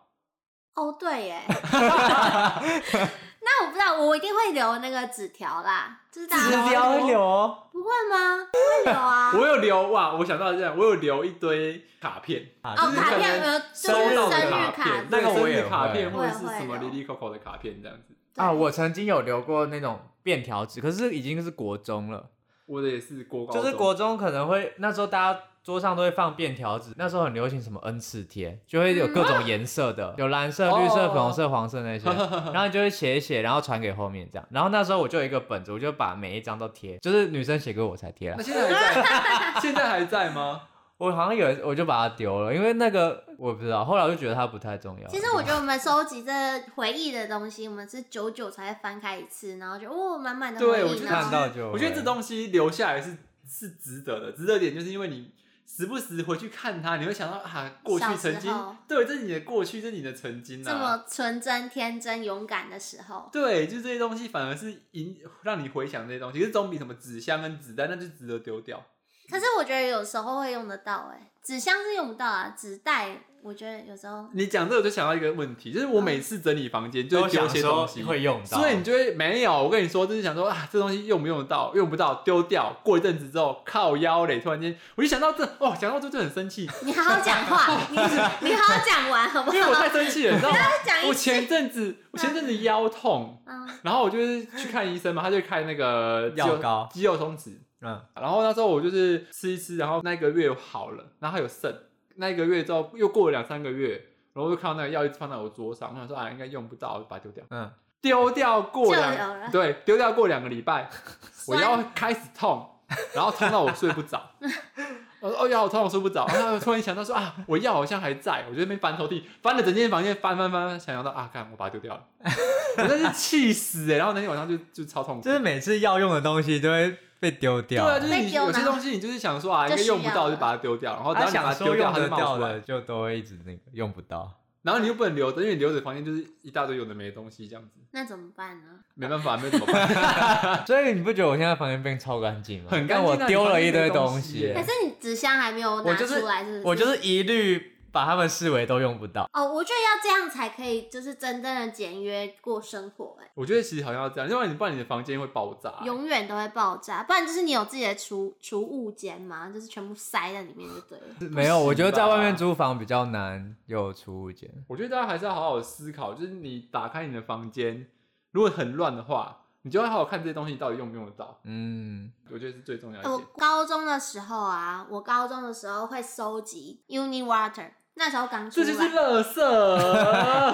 Speaker 2: 哦对耶， <laughs> 那我不知道，我一定会留那个纸条啦，就是大家
Speaker 1: 纸条会留哦，
Speaker 2: 不会吗？会留啊
Speaker 3: 我有留哇！我想到这样，我有留一堆卡片，
Speaker 1: 啊
Speaker 2: 哦
Speaker 3: 就是
Speaker 2: 卡
Speaker 3: 可
Speaker 2: 片
Speaker 3: 能
Speaker 2: 呃就是
Speaker 3: 收到的
Speaker 2: 生
Speaker 3: 卡
Speaker 2: 日卡
Speaker 3: 片，，
Speaker 1: 那个
Speaker 3: 对
Speaker 1: 我也
Speaker 3: 生日卡
Speaker 1: 会
Speaker 3: 片或者
Speaker 2: 我
Speaker 3: 是
Speaker 2: 也会
Speaker 3: 什么
Speaker 2: 留
Speaker 3: Lily Coco 的卡片这样子。
Speaker 1: 啊，
Speaker 2: 对
Speaker 1: 我曾经有留过那种便条纸，可是已经是国中了，
Speaker 3: 我的也是国高
Speaker 1: 就
Speaker 3: 中，
Speaker 1: 是国中可能会那时候大家桌上都会放便条纸，那时候很流行什么 N 次贴，就会有各种颜色的，
Speaker 2: 嗯
Speaker 1: 有蓝色、绿色、
Speaker 3: 哦
Speaker 1: 粉红色、黄色那些， <laughs> 然后你就会写一写，然后传给后面这样。然后那时候我就有一个本子，我就把每一张都贴，就是女生写给我才贴啦
Speaker 3: 那。现在
Speaker 2: <laughs>
Speaker 3: 还在？现在还在吗？
Speaker 1: 我好像有一次我就把它丢了，因为那个我不知道，后来我就觉得它不太重要。
Speaker 2: 其实我觉得我们收集这回忆的东西，我们是久久才会翻开一次，然后就哦满满的
Speaker 3: 对
Speaker 2: 回
Speaker 3: 我
Speaker 2: 忆，
Speaker 3: 觉得
Speaker 2: 然后
Speaker 1: 看到就会
Speaker 3: 我觉得这东西留下来是是值得的，值得点就是因为你时不时回去看它，你会想到啊，过去
Speaker 2: 小时
Speaker 3: 曾经
Speaker 2: 候，
Speaker 3: 对，这是你的过去，这是你的曾经啊。
Speaker 2: 这么纯真、天真、勇敢的时候，
Speaker 3: 对，就这些东西反而是引让你回想这些东西，可是总比什么纸箱跟子弹那就值得丢掉。
Speaker 2: 可是我觉得有时候会用得到、欸，哎，纸箱是用不到啊，纸袋我觉得有时候
Speaker 3: 你讲这个我就想到一个问题，就是我每次整理房间就
Speaker 1: 都
Speaker 3: 会丢
Speaker 1: 想
Speaker 3: 一些
Speaker 1: 说
Speaker 3: 东西，
Speaker 1: 会用到，
Speaker 3: 所以你就会没有。我跟你说，就是想说啊，这东西用不用得到，用不到丢掉。过一阵子之后，靠腰嘞，突然间我就想到这，哦，想到这就很生气，
Speaker 2: 你好好讲
Speaker 3: <laughs>
Speaker 2: 话，你你好好讲完好不
Speaker 3: 因为我
Speaker 2: 好？
Speaker 3: 太生气了，你知道吗？
Speaker 2: 讲一
Speaker 3: 我前阵子我前阵子腰痛，
Speaker 2: 嗯，
Speaker 3: 然后我就是去看医生嘛，他就开那个肌
Speaker 1: 药
Speaker 3: 肉
Speaker 1: 膏
Speaker 3: 肌肉松弛。
Speaker 1: 嗯，
Speaker 3: 然后那时候我就是吃一吃，然后那一个月好了，然后还有剩，那一个月之后又过了两三个月，然后又看到那个药一直放在我桌上，我想说啊，应该用不到，我就把它丢掉。
Speaker 1: 嗯，
Speaker 3: 丢掉过
Speaker 2: 就有了
Speaker 3: 两 <laughs> 对，丢掉过两个
Speaker 1: <laughs>
Speaker 3: 礼拜，我腰开始痛，然后痛到我睡不着。我说哦腰好痛，我睡不着。然后我突然想到说啊，我药好像还在，我就在那边翻抽屉，翻了整间房间，翻翻翻，想到啊，看我把它丢掉了，我真是气死哎、然后那天晚上就就超痛苦，
Speaker 1: 就是每次要用的东西都会被丢
Speaker 3: 对
Speaker 1: 掉。
Speaker 3: 啊，就是
Speaker 2: 被
Speaker 3: 你
Speaker 2: 丢
Speaker 3: 有些
Speaker 2: 呢
Speaker 3: 东西你就是想说啊，
Speaker 2: 就
Speaker 3: 应该用不
Speaker 2: 需要
Speaker 3: 到
Speaker 2: 了
Speaker 3: 就把它丢掉，然后只
Speaker 1: 他
Speaker 3: 要你把
Speaker 1: 想
Speaker 3: 它
Speaker 1: 说
Speaker 3: 丢掉，
Speaker 1: 用
Speaker 3: 它就
Speaker 1: 得
Speaker 3: 冒
Speaker 1: 到
Speaker 3: 出来
Speaker 1: 的，就都会一直那个用不到。
Speaker 3: 然后你又不能留着，因为你留着房间就是一大堆有的没的东西这样子，
Speaker 2: 那怎么办呢？
Speaker 3: 没办法，没有怎么办？ <laughs>
Speaker 1: 啊所以你不觉得我现在房间变超干净吗？
Speaker 3: 很干净啊
Speaker 1: 但我丢了一堆
Speaker 3: 你房间没东西耶
Speaker 2: 可
Speaker 1: 西
Speaker 2: 是，你纸箱还没有
Speaker 1: 我
Speaker 2: 拿
Speaker 1: 就是
Speaker 2: 出来，是不是？
Speaker 1: 我就是一律把它们视为都用不到。
Speaker 2: 哦，我觉得要这样才可以，就是真正的简约过生活、哎，
Speaker 3: 我觉得其实好像要这样，要不然你不然你的房间会爆炸、欸
Speaker 2: 永远都会爆炸。不然就是你有自己的储储物间嘛，就是全部塞在里面就对了。
Speaker 1: 没有，我觉得在外面租房比较难有储物间。
Speaker 3: 我觉得大家还是要好好思考，就是你打开你的房间，如果很乱的话，你就要好好看这些东西到底用不用得到。
Speaker 1: 嗯，
Speaker 3: 我觉得是最重要
Speaker 2: 我
Speaker 3: 的一点。
Speaker 2: 哦高中的时候啊，我高中的时候会收集 Uni Water，那时候刚出来，
Speaker 3: 这就是垃 圾，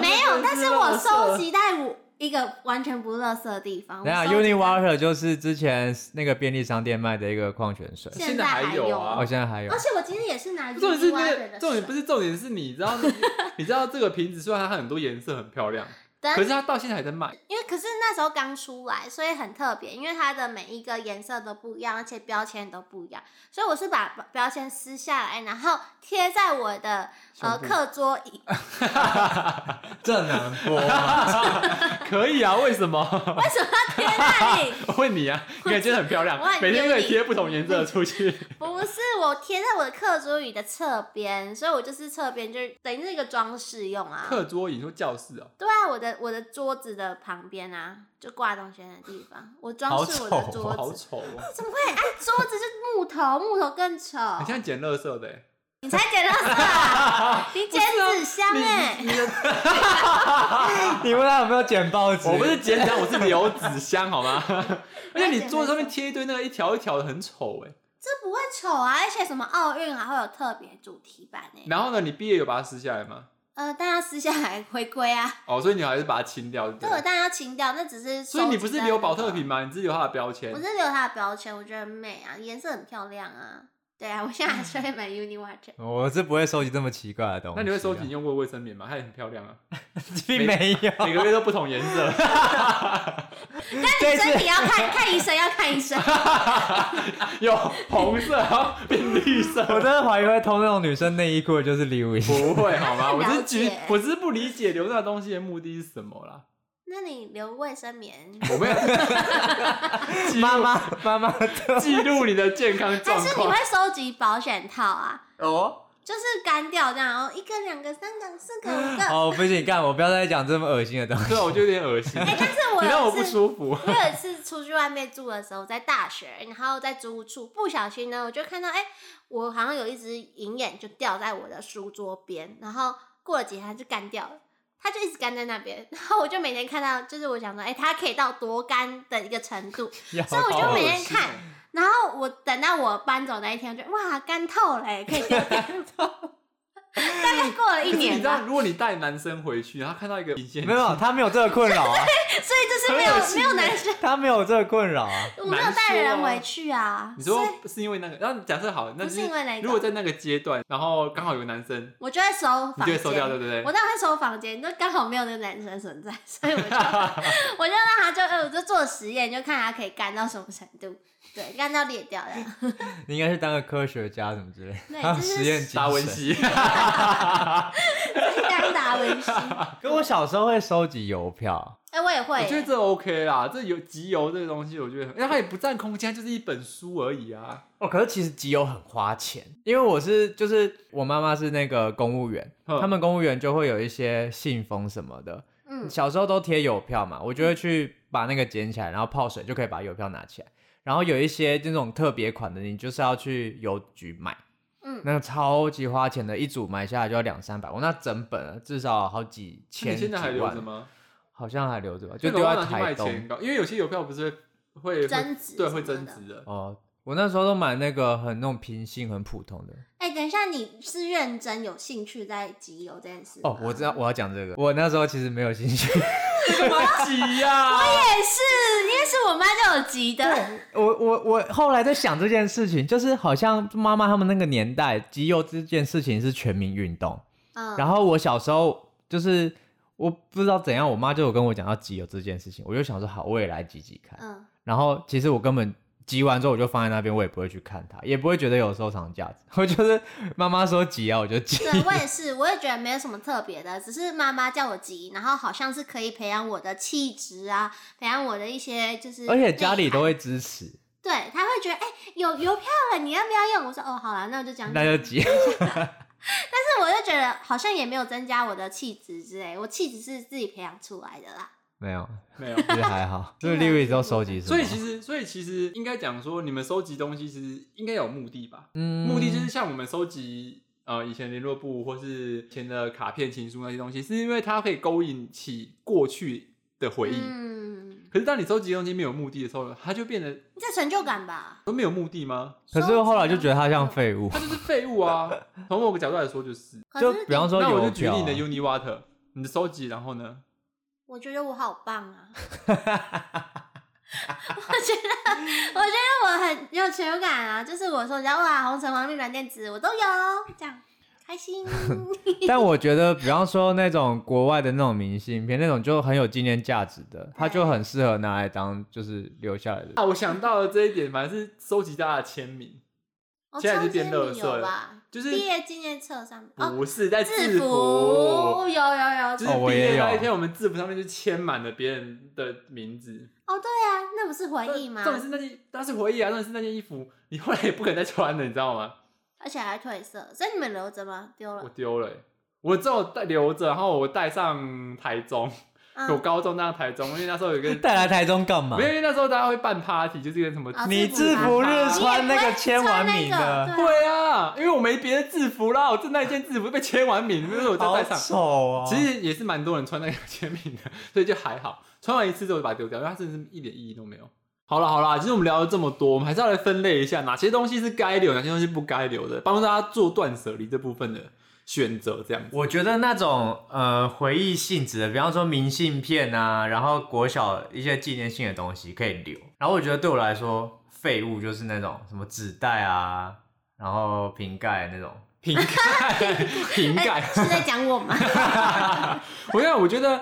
Speaker 2: <laughs> 没有，但是我收
Speaker 3: 收集。
Speaker 2: 集在我一个完全不垃圾的地方。我
Speaker 1: 等一下
Speaker 2: 收集在
Speaker 1: Uni Water 就是之前那个便利商店卖的一个矿泉水，
Speaker 2: 现
Speaker 3: 现
Speaker 2: 在
Speaker 3: 在
Speaker 2: 还
Speaker 3: 还有
Speaker 2: 有
Speaker 3: 啊
Speaker 1: 哦，现在还有
Speaker 2: 而。且我今天也是拿 Uni
Speaker 3: 重点是那
Speaker 2: Water
Speaker 3: 个
Speaker 2: 的
Speaker 3: 重点不
Speaker 2: 水，
Speaker 3: 是重点是你知道那你知道这个瓶子虽然它很多颜色很漂亮，
Speaker 2: 但
Speaker 3: 可是它到现在还
Speaker 2: <laughs>
Speaker 3: 在卖。
Speaker 2: 因为可是那时候刚出来，所以很特别，因为它的每一个颜色都不一样，而且标签都不一样，所以我是把标标签撕下来，然后贴在我的呃
Speaker 3: 胸部
Speaker 2: 课桌椅。
Speaker 1: 正南波，
Speaker 3: 可以啊，为什么？
Speaker 2: 为
Speaker 3: <laughs>
Speaker 2: 什么要贴那里？
Speaker 3: 我问你啊，你感觉很漂亮
Speaker 2: 我很，
Speaker 3: 每天都
Speaker 2: 丢
Speaker 3: 可以
Speaker 2: 你
Speaker 3: 贴不同颜色的出
Speaker 2: <laughs>
Speaker 3: 去。
Speaker 2: 不是，我贴在我的课桌椅的侧边，所以我就是侧边，就是等于是一个装饰用啊。
Speaker 3: 课桌椅，你说教室哦，
Speaker 2: 对啊，我的我的桌子的旁边啊，就挂东西的地方，我装
Speaker 1: 好
Speaker 2: 饰我的
Speaker 1: 丑
Speaker 2: 桌
Speaker 3: 好
Speaker 2: 子。
Speaker 3: 丑哦，
Speaker 2: <laughs> 怎么会？哎、桌子是木头，木头更丑。
Speaker 3: 你像捡垃圾的欸。
Speaker 2: 你才捡垃圾
Speaker 3: <laughs>
Speaker 2: 啊，你捡纸箱哎、
Speaker 1: <laughs> 你问他有没有捡报纸？
Speaker 3: 我不是捡纸箱，我是留纸箱，
Speaker 2: <laughs>
Speaker 3: 好吗？而且你桌子上面贴一堆那个一条一条的，很丑哎。
Speaker 2: 这不会丑啊，而且什么奥运啊还会有特别主题版哎、
Speaker 3: 然后呢，你毕业有把它撕下来吗？
Speaker 2: 呃，但要撕下来回归啊，
Speaker 3: 哦，所以你还是把它清掉，对不
Speaker 2: 这我
Speaker 3: 对？
Speaker 2: 当然要清掉，那只是收集
Speaker 3: 所以你不是
Speaker 2: 在
Speaker 3: 留
Speaker 2: 那
Speaker 3: 保
Speaker 2: 个
Speaker 3: 特瓶吗？你只留它的标签
Speaker 2: 我。是留它的标签，我觉得很美啊，颜色很漂亮啊。对啊，我现在还是会买
Speaker 3: 嗯
Speaker 2: Uni
Speaker 3: <laughs>
Speaker 2: Watch，
Speaker 1: 我是不会收集这么奇怪的东西啊。
Speaker 3: 那你会收集你用过的卫生棉吗？它也很漂亮啊， <laughs>
Speaker 1: 并 <laughs> 没有。
Speaker 2: <laughs>
Speaker 3: 每个月都不同颜色。
Speaker 1: 这
Speaker 2: 身
Speaker 1: 次
Speaker 2: 体要
Speaker 3: <laughs>
Speaker 2: 看看医生，要看医生。
Speaker 3: 有红色，然后变绿色。
Speaker 2: <laughs>
Speaker 1: 我真的怀疑会偷那种女生内衣裤的就是 Louis。
Speaker 3: 不会好吗？我
Speaker 2: 了
Speaker 3: 是举
Speaker 2: 解，
Speaker 3: 我只是不理解留那东西的目的是什么啦。
Speaker 2: 那你留卫生棉，<laughs>
Speaker 3: 我没有记录
Speaker 1: 妈妈妈妈的
Speaker 3: 记录你的健康
Speaker 2: 还
Speaker 3: <laughs> 状
Speaker 2: 是你
Speaker 3: 况
Speaker 2: 会。收集保险套啊？
Speaker 1: 哦
Speaker 2: 就是干掉这样，然后一个、两个、三个、四个、五个。
Speaker 1: 哦，不行，干我不要再讲这么恶心的东西。<laughs>
Speaker 3: 对啊，我觉得有点恶心，
Speaker 2: 哎、但是我
Speaker 3: <laughs> 你让我
Speaker 2: 有
Speaker 3: 不
Speaker 2: 一次，
Speaker 3: 舒服。
Speaker 2: 我有一次出去外面住的时候，在大学，然后在租屋处，不小心呢，我就看到，哎、我好像有一只银眼就掉在我的书桌边，然后过了几天它就干掉了。它就一直干在那边， <laughs> 然后我就每天看到，就是我想说，哎、它可以到多干的一个程度，
Speaker 1: 要
Speaker 2: 所以我
Speaker 1: 好
Speaker 2: 就
Speaker 1: 恶
Speaker 2: 每
Speaker 1: 心
Speaker 2: 天看，
Speaker 3: 哦
Speaker 2: 然后我等到我搬走那一天，我就哇干透了欸耶，可以丢掉。大概过了一
Speaker 3: 可是你
Speaker 2: 年
Speaker 3: 知道，
Speaker 2: 吧，
Speaker 3: 如果你带男生回去，然后看到一个隐形眼
Speaker 1: 没有，
Speaker 3: 镜，
Speaker 1: 他没有这个困扰
Speaker 2: <laughs>
Speaker 1: 啊，
Speaker 2: 所以就是没
Speaker 3: 很
Speaker 2: 有
Speaker 3: 恶心
Speaker 2: 没有
Speaker 3: 耶
Speaker 2: 男生，
Speaker 1: 他没有这个困扰啊。
Speaker 2: 我没有
Speaker 3: 难
Speaker 2: 带
Speaker 3: 说
Speaker 2: 人
Speaker 3: 啊
Speaker 2: 回去啊。
Speaker 3: 你
Speaker 2: 所
Speaker 3: 说
Speaker 2: 以
Speaker 3: 是因为那个，然后假设好，
Speaker 2: 不
Speaker 3: 那就是
Speaker 2: 因为那个
Speaker 3: 如果在那个阶段，然后刚好有个男生，
Speaker 2: 我就会收房
Speaker 3: 你
Speaker 2: 间，
Speaker 3: 就会收掉，对不对
Speaker 2: 我？当然会收房间，那刚好没有那个男生存在，所
Speaker 3: <laughs>
Speaker 2: 以我就我就让他就，呃我就做实验，就看他可以干到什么程度，对，干到裂
Speaker 3: <laughs>
Speaker 2: 掉了。
Speaker 1: 你应该去当个科学家什么之类，
Speaker 2: 对
Speaker 3: 啊
Speaker 1: 还有
Speaker 2: 就是
Speaker 1: 实验精神
Speaker 3: 达文。
Speaker 2: <laughs>
Speaker 3: 西，
Speaker 2: 当达文西，
Speaker 1: 可我小时候会收集邮票，
Speaker 2: 哎、我也
Speaker 3: 我
Speaker 2: 会
Speaker 3: 觉得
Speaker 2: 耶，
Speaker 3: 这 OK 啦，这有集邮这个东西，我觉得很，因为它也不占空间，它就是一本书而已啊。
Speaker 1: 哦，可是其实集邮很花钱，因为我是就是我妈妈是那个公务员，
Speaker 3: 哼
Speaker 1: 他们公务员就会有一些信封什么的，
Speaker 2: 嗯，
Speaker 1: 小时候都贴邮票嘛，我就会去把那个捡起来，然后泡水就可以把邮票拿起来。然后有一些这种特别款的，你就是要去邮局买，
Speaker 2: 嗯
Speaker 1: 那个超级花钱的，一组买下来就要两三百，我那整本啊至少好几
Speaker 3: 那
Speaker 1: 千。
Speaker 3: 你现在还
Speaker 1: 几
Speaker 3: 留
Speaker 1: 万
Speaker 3: 着？吗？
Speaker 1: 好像还留着吧，就
Speaker 3: 那
Speaker 1: 丢
Speaker 3: 搞不
Speaker 1: 在
Speaker 3: 好拿去
Speaker 1: 台
Speaker 3: 卖
Speaker 1: 东
Speaker 3: 钱。搞，因为有些邮票不是会会
Speaker 2: 增值
Speaker 3: 对，
Speaker 2: 什么
Speaker 3: 会增
Speaker 2: 的
Speaker 3: 值的。
Speaker 1: 哦，我那时候都买那个很那种平信、很普通的。
Speaker 2: 哎、等一下，你是认真有兴趣在集邮这件事
Speaker 1: <laughs> 哦，
Speaker 2: 吗
Speaker 1: 我知道我要讲这个，我那时候其实没有兴趣。
Speaker 3: 干嘛挤
Speaker 2: <laughs>
Speaker 3: 呀？
Speaker 2: 也是，因为是我妈叫我集的，
Speaker 1: <laughs> 我我我后来在想这件事情，就是好像妈妈他们那个年代，集邮这件事情是全民运动。
Speaker 2: 嗯，
Speaker 1: 然后我小时候就是我不知道怎样，我妈就有跟我讲要集邮这件事情，我就想说好，我也来集集看。
Speaker 2: 嗯，
Speaker 1: 然后其实我根本集完之后我就放在那边，我也不会去看它，也不会觉得有收藏价值。我就是妈妈说集啊，我就集。
Speaker 2: 对我也是，我也觉得没有什么特别的，只是妈妈叫我集，然后好像是可以培养我的气质啊，培养我的一些就
Speaker 1: <laughs>
Speaker 2: 是，
Speaker 1: 而且家里都会支持，
Speaker 2: 对，他会觉得哎、有邮票了，你要不要用？我说哦，好啦，那我就讲。
Speaker 1: 那就集。
Speaker 2: 但是我就觉得好像也没有增加我的气质之类，我气质是自己培养出来的啦。
Speaker 1: <laughs> 没有，
Speaker 3: 没有。
Speaker 1: 其实还好。就
Speaker 2: 真的
Speaker 1: 是 Louis 都收集什么？
Speaker 3: 所以其实，所以其实应该讲说，你们收集东西其实应该有目的吧？
Speaker 1: 嗯
Speaker 3: 目的就是像我们收集呃以前联络簿或是以前的卡片、情书那些东西，是因为它可以勾引起过去的回忆。
Speaker 2: 嗯，
Speaker 3: 可是当你收集东西没有目的的时候，它就变得
Speaker 2: 这成就感吧。
Speaker 3: 都没有目的吗？
Speaker 1: 可是后来就觉得他像废物
Speaker 3: 它。就是废物啊！从某个角度来说，就是。
Speaker 2: 可
Speaker 1: 就是比方说
Speaker 3: 那我
Speaker 1: 邮
Speaker 3: 就举
Speaker 1: 票
Speaker 3: 例
Speaker 1: 啊，
Speaker 3: 你的 Uni Water，你的收集，然后呢？
Speaker 2: 我觉得我好棒
Speaker 3: <laughs>
Speaker 2: 啊！我觉得，我觉得我很有成就感啊！就是我说人家哇，红橙黄绿蓝靛紫我都有，这样开
Speaker 3: <laughs>
Speaker 2: 心。
Speaker 1: <laughs> 但我觉得，比方说那种国外的那种明信片，那种就很有纪念价值的，它就很适合拿来当就是留下来的。
Speaker 3: 啊，我想到了这一点，反正是收集大家的签名，
Speaker 2: 哦
Speaker 3: 现在已经
Speaker 2: 抽签
Speaker 3: 变垃
Speaker 2: 你
Speaker 3: 圾
Speaker 2: 有
Speaker 3: 了
Speaker 2: 吧？
Speaker 3: 就是
Speaker 2: 毕业纪念册上面哦，
Speaker 3: 不是在
Speaker 2: 制
Speaker 3: 制
Speaker 2: 服
Speaker 3: 服
Speaker 2: 有。有有，啊
Speaker 3: 就是
Speaker 1: 哦我
Speaker 3: 毕
Speaker 1: 也
Speaker 3: 业那
Speaker 1: 有
Speaker 3: 一天，我们制服上面就签满了别人的名字。
Speaker 2: 哦对啊，那不是回忆吗？
Speaker 3: 重点是那件，那是回忆啊，重点是那件衣服，你后来也不可能再穿了，你知道吗？
Speaker 2: 而且还褪色，所以你们留着吗？丢
Speaker 3: 我
Speaker 2: 了。
Speaker 3: 丢了欸、我只有带留着，然后我带上台中， <laughs> 我
Speaker 2: 嗯，
Speaker 3: 高中带上台中，因为那时候有一个，
Speaker 1: <laughs> 带来台中干嘛
Speaker 3: 没？有，因为那时候大家会办 party，就是一个什么。
Speaker 2: 啊
Speaker 1: 你制服日穿那个签完名的，
Speaker 2: 对啊，
Speaker 3: 对啊，因为我没别的制服啦，我就那一件制服被签完名，所以我就
Speaker 1: 好
Speaker 3: 带上。
Speaker 1: 丑哦！
Speaker 3: 其实也是蛮多人穿那个签名的，所以就还好。穿完一次之后就把它丢掉，因为它真的是一点意义都没有。好了好了，其实我们聊了这么多，我们还是要来分类一下哪些东西是该留，哪些东西不该留的，帮助大家做断舍离这部分的选择，这样子。
Speaker 1: 我觉得那种呃回忆性质的，比方说明信片啊，然后国小一些纪念性的东西可以留。然后我觉得对我来说，废物就是那种什么纸袋啊，然后瓶盖那 <laughs> 种。
Speaker 3: 瓶盖，
Speaker 2: <laughs>
Speaker 3: 瓶盖，
Speaker 2: 哎是在讲我吗？
Speaker 3: <laughs> 我跟你讲，我觉得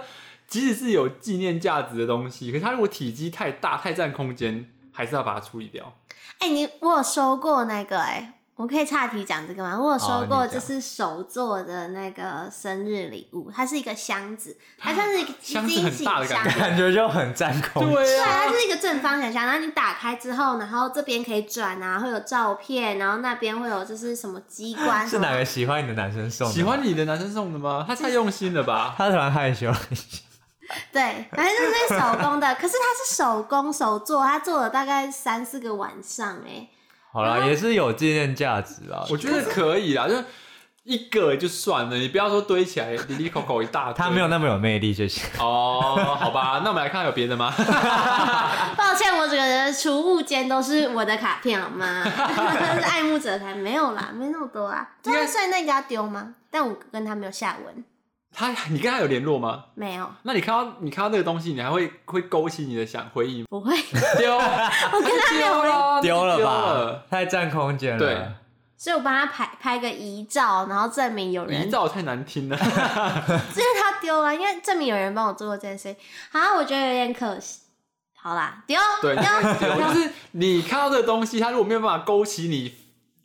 Speaker 3: 即使是有纪念价值的东西，可是它如果体积太大、太占空间，还是要把它处理掉。
Speaker 2: 哎、你我有收过那个哎、我可以岔题讲这个吗？我有
Speaker 1: 好
Speaker 3: 啊
Speaker 2: 收
Speaker 1: 你
Speaker 2: 过，
Speaker 1: 讲
Speaker 2: 就是手做的那个生日礼物，它是一个箱子，它像是一个
Speaker 3: 啊箱子
Speaker 2: 惊
Speaker 3: 很
Speaker 2: 喜
Speaker 3: 大的感
Speaker 2: 箱
Speaker 3: 觉。
Speaker 1: 感觉就很占空间。
Speaker 3: 对
Speaker 2: 对，它
Speaker 3: 啊，
Speaker 2: 是一个正方形箱，然后你打开之后，然后这边可以转啊，会有照片，然后那边会有就是什么机
Speaker 3: <laughs>
Speaker 2: 关，
Speaker 1: 是哪个喜欢你的男生送的？
Speaker 3: 啊喜欢你的男生送的吗？他太用心了吧？
Speaker 1: 他突然害羞。
Speaker 2: 对，反正就是手工的，可是它是手工手做，它做了大概三四个晚上、哎，
Speaker 1: 好啦，也是有纪念价值啊。
Speaker 3: <laughs> 我觉得可以啦，就是一个就算了，你不要说堆起来，里里口口一 <laughs> 大堆。
Speaker 1: 他没有那么有魅力，谢谢。
Speaker 3: 哦，好吧，那我们来看有别的吗？
Speaker 2: 抱歉，我整个人储物间都是我的卡片，好
Speaker 3: <laughs>
Speaker 2: 吗？是爱慕者才没有啦，没那么多啊。
Speaker 3: 应
Speaker 2: 对
Speaker 3: 该
Speaker 2: 啊，所以那个要丢吗？但我跟他没有下文，
Speaker 3: 他，你跟他有联络吗？
Speaker 2: 没有，
Speaker 3: 那你看到你看到那个东西，你还会会勾起你的想
Speaker 2: <laughs>
Speaker 3: 回忆吗？
Speaker 2: 不
Speaker 3: <laughs>
Speaker 2: 会。
Speaker 3: 丢，我跟他丢了，
Speaker 1: 丢了
Speaker 3: 丢
Speaker 1: 吧
Speaker 3: 了，，
Speaker 1: 太占空间了。
Speaker 3: 对
Speaker 2: 所以我帮他拍拍个遗照，然后证明有人
Speaker 3: 遗，照太难听了。
Speaker 2: 这是他丢了，因为证明有人帮我做过这件事情。啊，我觉得有点可惜。好啦，丢
Speaker 3: 对
Speaker 2: 丢
Speaker 3: 对，
Speaker 2: 丢
Speaker 3: <laughs> 就是你看到这个东西，它如果没有办法勾起你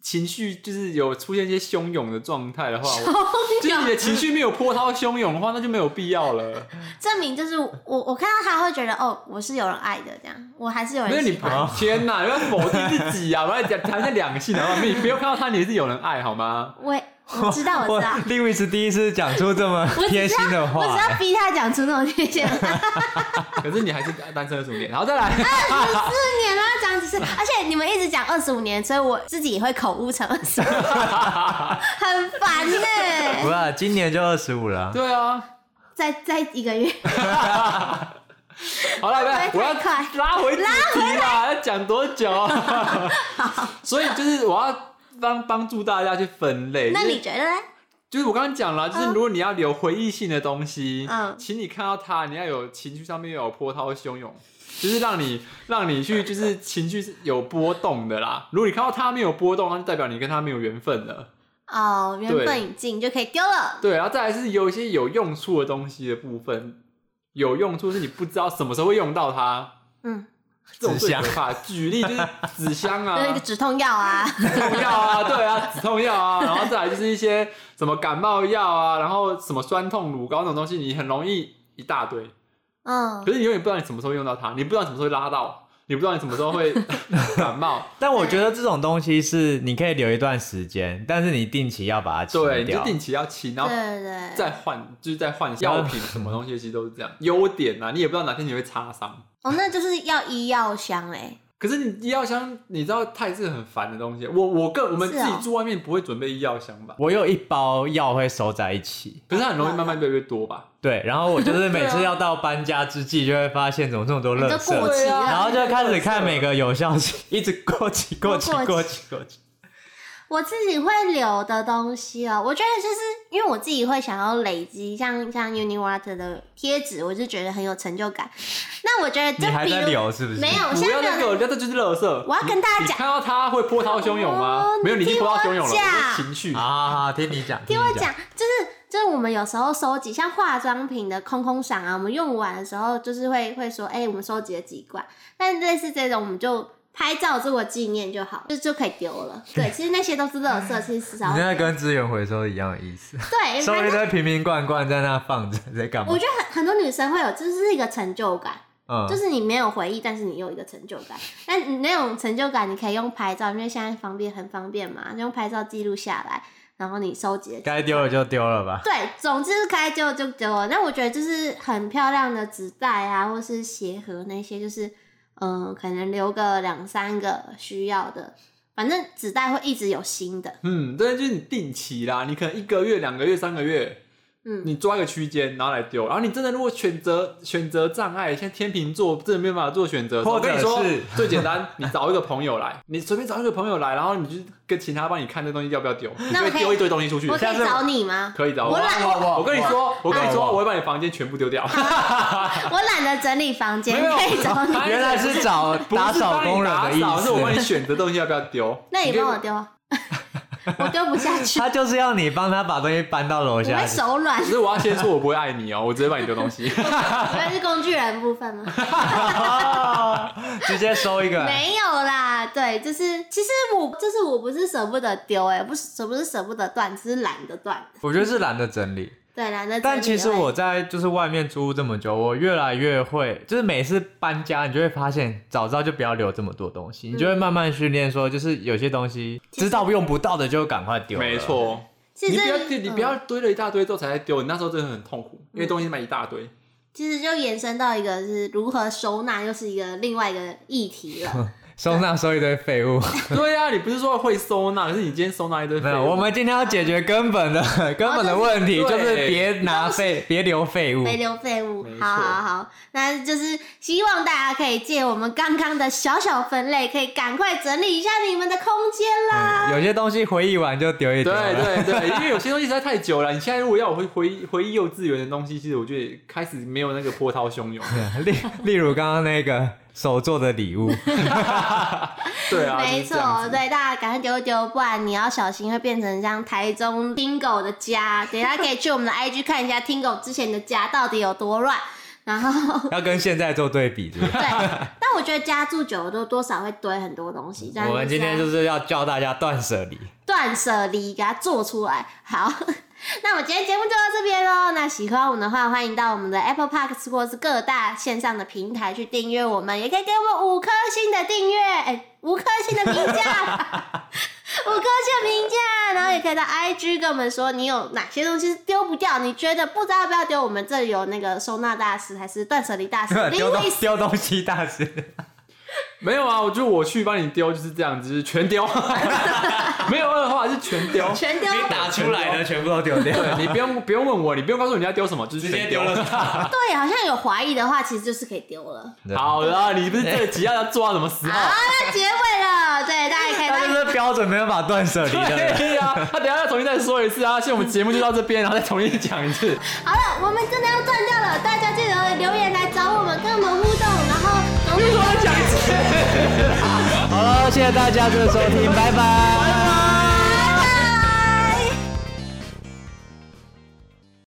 Speaker 3: 情绪就是有出现一些汹涌的状态的话，我就是你的情绪没有波涛汹涌的话，那就没有必要了。
Speaker 2: 证明就是我，我看到他会觉得哦，我是有人爱的，这样我还是有
Speaker 3: 没有
Speaker 2: 人
Speaker 3: 你
Speaker 2: 喜欢。
Speaker 3: 天哪，不要否定自己啊！不要讲谈一下两性好不好？你不要看到他你是有人爱好吗？
Speaker 2: 我也我知道，我
Speaker 1: <laughs>
Speaker 2: 知
Speaker 3: <laughs>
Speaker 2: 道，
Speaker 1: l o u 第一次讲出
Speaker 2: <laughs>
Speaker 1: 这么贴心的
Speaker 2: 我
Speaker 1: 话
Speaker 2: 只，要逼他讲出那种界限。
Speaker 3: <laughs> 可是你还是单身二十五年，然后再
Speaker 2: <laughs>
Speaker 3: 来。
Speaker 2: 四年啊，
Speaker 1: <laughs>
Speaker 2: 讲只是，而且你们一直讲二十五年，所以我自己也会口误成二十五，很烦呢、
Speaker 1: 不是，今年就二十五了啊。
Speaker 3: 对啊，
Speaker 2: 再再一个月，
Speaker 1: 哎
Speaker 3: 好了，
Speaker 2: 会不
Speaker 3: 我
Speaker 2: 会
Speaker 3: 要
Speaker 2: 太快
Speaker 3: 拉回主题啦，要讲多
Speaker 2: <laughs>
Speaker 3: 久啊？所以就是我要帮帮助大家去分类。
Speaker 2: 那
Speaker 3: 就是
Speaker 2: 你觉得呢？
Speaker 3: 就是我刚刚讲了，就是如果你要留回忆性的东西，
Speaker 2: 嗯
Speaker 3: 请你看到它，你要有情绪上面有波涛汹涌，就是让你让你去就是情绪是有波动的啦。如果你看到它没有波动，那就代表你跟它没有缘分了。
Speaker 2: 哦，缘
Speaker 3: 对
Speaker 2: 分已尽就可以丢了。
Speaker 3: <laughs> 对，然后再来是有一些有用处的东西的部分，有用处是你不知道什么时候会用到它，
Speaker 2: 嗯，
Speaker 3: 这种
Speaker 1: 纸
Speaker 3: 最
Speaker 1: 箱
Speaker 3: 可怕。举例就是纸
Speaker 2: <laughs>
Speaker 3: 箱啊，
Speaker 2: 那个止痛药啊，
Speaker 3: 止痛药啊，对啊，止痛药啊，然后再来就是一些什么感冒药啊，然后什么酸痛乳膏那种东西，你很容易一大堆，
Speaker 2: <laughs> 嗯
Speaker 3: 可，是你永远不知道你什么时候用到它，你不知道你什么时候会拉到，你不知道你什么时候会 <laughs> 感
Speaker 1: <laughs>
Speaker 3: 冒，
Speaker 1: 但我觉得这种东西是你可以留一段时间，但是你定期要把它清
Speaker 3: 对，你就
Speaker 1: 掉。
Speaker 3: 定期要清，然
Speaker 2: 对
Speaker 3: 后
Speaker 2: 对对。
Speaker 3: 再换，就是再换药品什么东西，其实都是这样。优点啊，你也不知道哪天你会擦伤。
Speaker 2: 哦，那就是要医药箱哎、
Speaker 3: 可是你医药箱，你知道它也是很烦的东西。我我个我们
Speaker 2: 是啊
Speaker 3: 自
Speaker 2: 哦
Speaker 3: 己住外面不会准备医药箱吧？
Speaker 1: 我有一包药会收在一起，
Speaker 3: 可是它很容易慢慢越来越多吧？
Speaker 1: 对，然后我就是每
Speaker 2: 对
Speaker 1: 次
Speaker 2: 啊
Speaker 1: 要到搬家之际，就会发现怎么这么多
Speaker 2: <laughs> 你
Speaker 1: 垃
Speaker 2: 都过
Speaker 1: 圾，
Speaker 2: 期了。
Speaker 1: 然后就开始看每个有效期，一直过期、过期、
Speaker 2: 都
Speaker 1: 过
Speaker 2: 过
Speaker 1: 期、过期。
Speaker 2: 我自己会留的东西哦，我觉得就是因为我自己会想要累积，像像 Uniwater 的贴纸，我就觉得很有成就感。那我觉得
Speaker 1: 你
Speaker 2: 就
Speaker 1: 还
Speaker 2: 比
Speaker 1: 在
Speaker 2: 如
Speaker 1: 留是不是？
Speaker 2: 没有，我
Speaker 3: 不
Speaker 2: 现
Speaker 3: 要
Speaker 2: 在
Speaker 3: 那
Speaker 2: 没有
Speaker 3: 个，那这就是垃圾。
Speaker 2: 我要跟大家
Speaker 3: 你
Speaker 2: 讲
Speaker 3: 看到它会波涛汹涌吗
Speaker 2: 哦？
Speaker 3: 没有，你已经
Speaker 2: 你
Speaker 3: 波涛汹
Speaker 2: 听我
Speaker 3: 涌了，我
Speaker 2: 讲
Speaker 3: 的情绪
Speaker 1: 好。好好，听你讲，
Speaker 2: 听我
Speaker 1: 你
Speaker 2: 讲，就是就是我们有时候收集像化妆品的空空赏啊，我们用完的时候就是会会说，哎、我们收集了几罐，但类似这种我们就拍照做个纪念就好，就就可以丢了。
Speaker 1: <laughs>
Speaker 2: 对，其实那些都是垃圾，其实至少
Speaker 1: 你那跟资源回收一样的意思，<laughs>
Speaker 2: 对，
Speaker 1: 收
Speaker 2: 哦哎反
Speaker 1: 一
Speaker 2: 正
Speaker 1: 堆瓶瓶罐罐在那放着，在干嘛
Speaker 2: 我？觉得很很多女生会有，这是一个成就感。
Speaker 1: 嗯，
Speaker 2: 就是你没有回忆，但是你有一个成就感。那你那种成就感，你可以用拍照，因为现在方便很方便嘛，就用拍照记录下来，然后你收集了。
Speaker 1: 该丢的就丢了吧。
Speaker 2: 对，总之是该丢就丢了。那我觉得就是很漂亮的纸袋啊，或是鞋盒那些，就是嗯、呃可能留个两三个需要的，反正纸袋会一直有新的。
Speaker 3: 嗯，对，就是你定期啦，你可能一个月、两个月、三个月，
Speaker 2: 嗯，
Speaker 3: 你抓一个区间，然后来丢。然后你真的如果选择选择障碍，像天秤座真的没有办法做选择，
Speaker 1: 或
Speaker 3: 我
Speaker 1: 者
Speaker 3: 跟你说
Speaker 1: 是
Speaker 3: <laughs> 最简单，你找一个朋友来， <laughs> 你随便找一个朋友来，然后你就跟请他帮你看这东西要不要丢，你
Speaker 2: 那我
Speaker 3: 就
Speaker 2: 可以
Speaker 3: 丢一堆东西出去
Speaker 2: 我。可
Speaker 1: 下
Speaker 2: 以
Speaker 1: 次哦我
Speaker 2: 找你吗？
Speaker 1: <laughs>
Speaker 3: 可以的，
Speaker 2: 我
Speaker 3: 我
Speaker 2: 懒
Speaker 1: 哇哇
Speaker 3: 我跟你说，我跟你
Speaker 1: 哇
Speaker 3: 说，我会把你房间全部丢掉，
Speaker 2: 啊
Speaker 3: <laughs>
Speaker 1: 啊
Speaker 2: 我懒得整理房间，
Speaker 3: 没有
Speaker 2: 可以找
Speaker 1: <laughs>
Speaker 2: 你。
Speaker 1: 原来是找打扫工人的意
Speaker 3: 不是帮你打扫是我帮你
Speaker 1: 思，
Speaker 3: 选择东西要不要丢。
Speaker 2: <laughs> 那你
Speaker 3: 可以
Speaker 2: 帮我丢啊， <laughs> 我丢不下
Speaker 1: <laughs>
Speaker 2: 去，
Speaker 1: <laughs> 他就是要你帮他把东西搬到楼
Speaker 2: 我
Speaker 1: 下
Speaker 2: 会
Speaker 1: 去。
Speaker 2: 手软
Speaker 1: <laughs>
Speaker 3: 可。是我要先说，我不会爱你哦，我直接把你丢东西。
Speaker 2: 那是工具人部分
Speaker 1: <laughs>
Speaker 2: 吗？ <laughs>
Speaker 1: 直接收一个。
Speaker 2: 没有啦，对，就是其实我就是我不是舍不得丢，哎，不是我不是舍不得断，只是懒得断。
Speaker 1: 我觉得是懒得整理，
Speaker 2: 对，懒得整理而已。
Speaker 1: 但其实我在就是外面租这么久，我越来越会，就是每次搬家，你就会发现，早知道就不要留这么多东西，你就
Speaker 3: 嗯
Speaker 1: 会慢慢训练说，就是有些东西知道用不到的就赶快丢。
Speaker 3: 没，错，
Speaker 2: 其
Speaker 3: 你
Speaker 2: 实嗯
Speaker 3: 不要丢，你不
Speaker 1: 嗯
Speaker 3: 要堆了一大堆之后才在丢，你那时候真的很痛苦，因为东西买一大堆。 <laughs>
Speaker 2: 其实就延伸到一个是如何收纳，又是一个另外一个议题
Speaker 3: <laughs>
Speaker 2: 了。
Speaker 1: 收纳收一堆废物。
Speaker 3: 对呀、你不是说会收纳，可是你今天收纳一堆废
Speaker 1: 没有，
Speaker 3: 物。
Speaker 1: 我们今天要解决根本的 <laughs> 根本的问题，
Speaker 3: 哦
Speaker 1: 就
Speaker 3: 啊就是
Speaker 1: 是
Speaker 3: 对
Speaker 1: 别拿废，别留废物。
Speaker 2: 没留废物
Speaker 3: 没，错
Speaker 2: 好好好，那就是希望大家可以借我们刚刚的小小分类，可以赶快整理一下你们的空间啦。
Speaker 1: 嗯有些东西回忆完就丢一
Speaker 3: 对
Speaker 1: 丢啊了。
Speaker 3: 对对，因为有些东西实在太久了。你现在如果要我回回回忆幼稚园的东西，其实我觉得开始没有那个波涛汹涌。
Speaker 1: 例例如刚刚那个手做的礼
Speaker 3: <laughs>
Speaker 1: 物，<laughs>
Speaker 3: 对啊，
Speaker 2: 没
Speaker 3: 就是这
Speaker 2: 错
Speaker 3: 样，子。
Speaker 2: 对，大家赶快丢一丢，不然你要小心会变成像台中 Tingo 的家。等一下可以去我们的 IG 看一下 Tingo 之前的家到底有多乱。然后
Speaker 1: 要跟现在做对比，对不
Speaker 3: <laughs>
Speaker 1: 对
Speaker 2: 对，但我觉得家住久了都多少会堆很多东西。这样
Speaker 1: 我们今天就是要教大家断舍离。
Speaker 2: 断舍离给它做出来。好， <laughs> 那我们今天节目就到这边喽。那喜欢我们的话，欢迎到我们的 Apple Park 或是各大线上的平台去订阅我们，也可以给我们五颗星的订阅，哎、五颗星的评价。五颗星的评价，然后也可以到 IG 跟我们说你有哪些东西是丢不掉，你觉得不知道要不要丢。我们这里有那个收纳大师还是断舍离大师
Speaker 1: <laughs>
Speaker 2: 林
Speaker 1: 丢东
Speaker 2: 伟斯
Speaker 1: 丢东西大师，
Speaker 3: 没有啊，我就我去帮你丢就是这样子，就是全丢， <laughs> 没有二话是全丢。
Speaker 2: 全
Speaker 1: <laughs>
Speaker 2: 丢。
Speaker 1: 你打出来的全部都丢掉，
Speaker 3: 对你不用不用问我，你不用告诉人家丢什么，就是
Speaker 1: <laughs> 直
Speaker 3: 全
Speaker 1: 接丢 <laughs> 了。它。
Speaker 2: 对，好像有怀疑的话，其实就是可以丢了。
Speaker 3: <laughs> 好了，你不是这集要做到什么时候？
Speaker 2: 那结尾了，对，大家也可以
Speaker 1: 他就
Speaker 2: 到
Speaker 1: 是标准没办法断舍离的人。
Speaker 3: <laughs> 对呀、他等一下再重新再说一次啊！现在我们节目就到这边，然后再重新讲一次。
Speaker 2: 好了，我们真的要断掉了，大家记得留言来找我们，跟我们互动，然后努力。
Speaker 1: 好了，谢谢大家的收听，拜拜。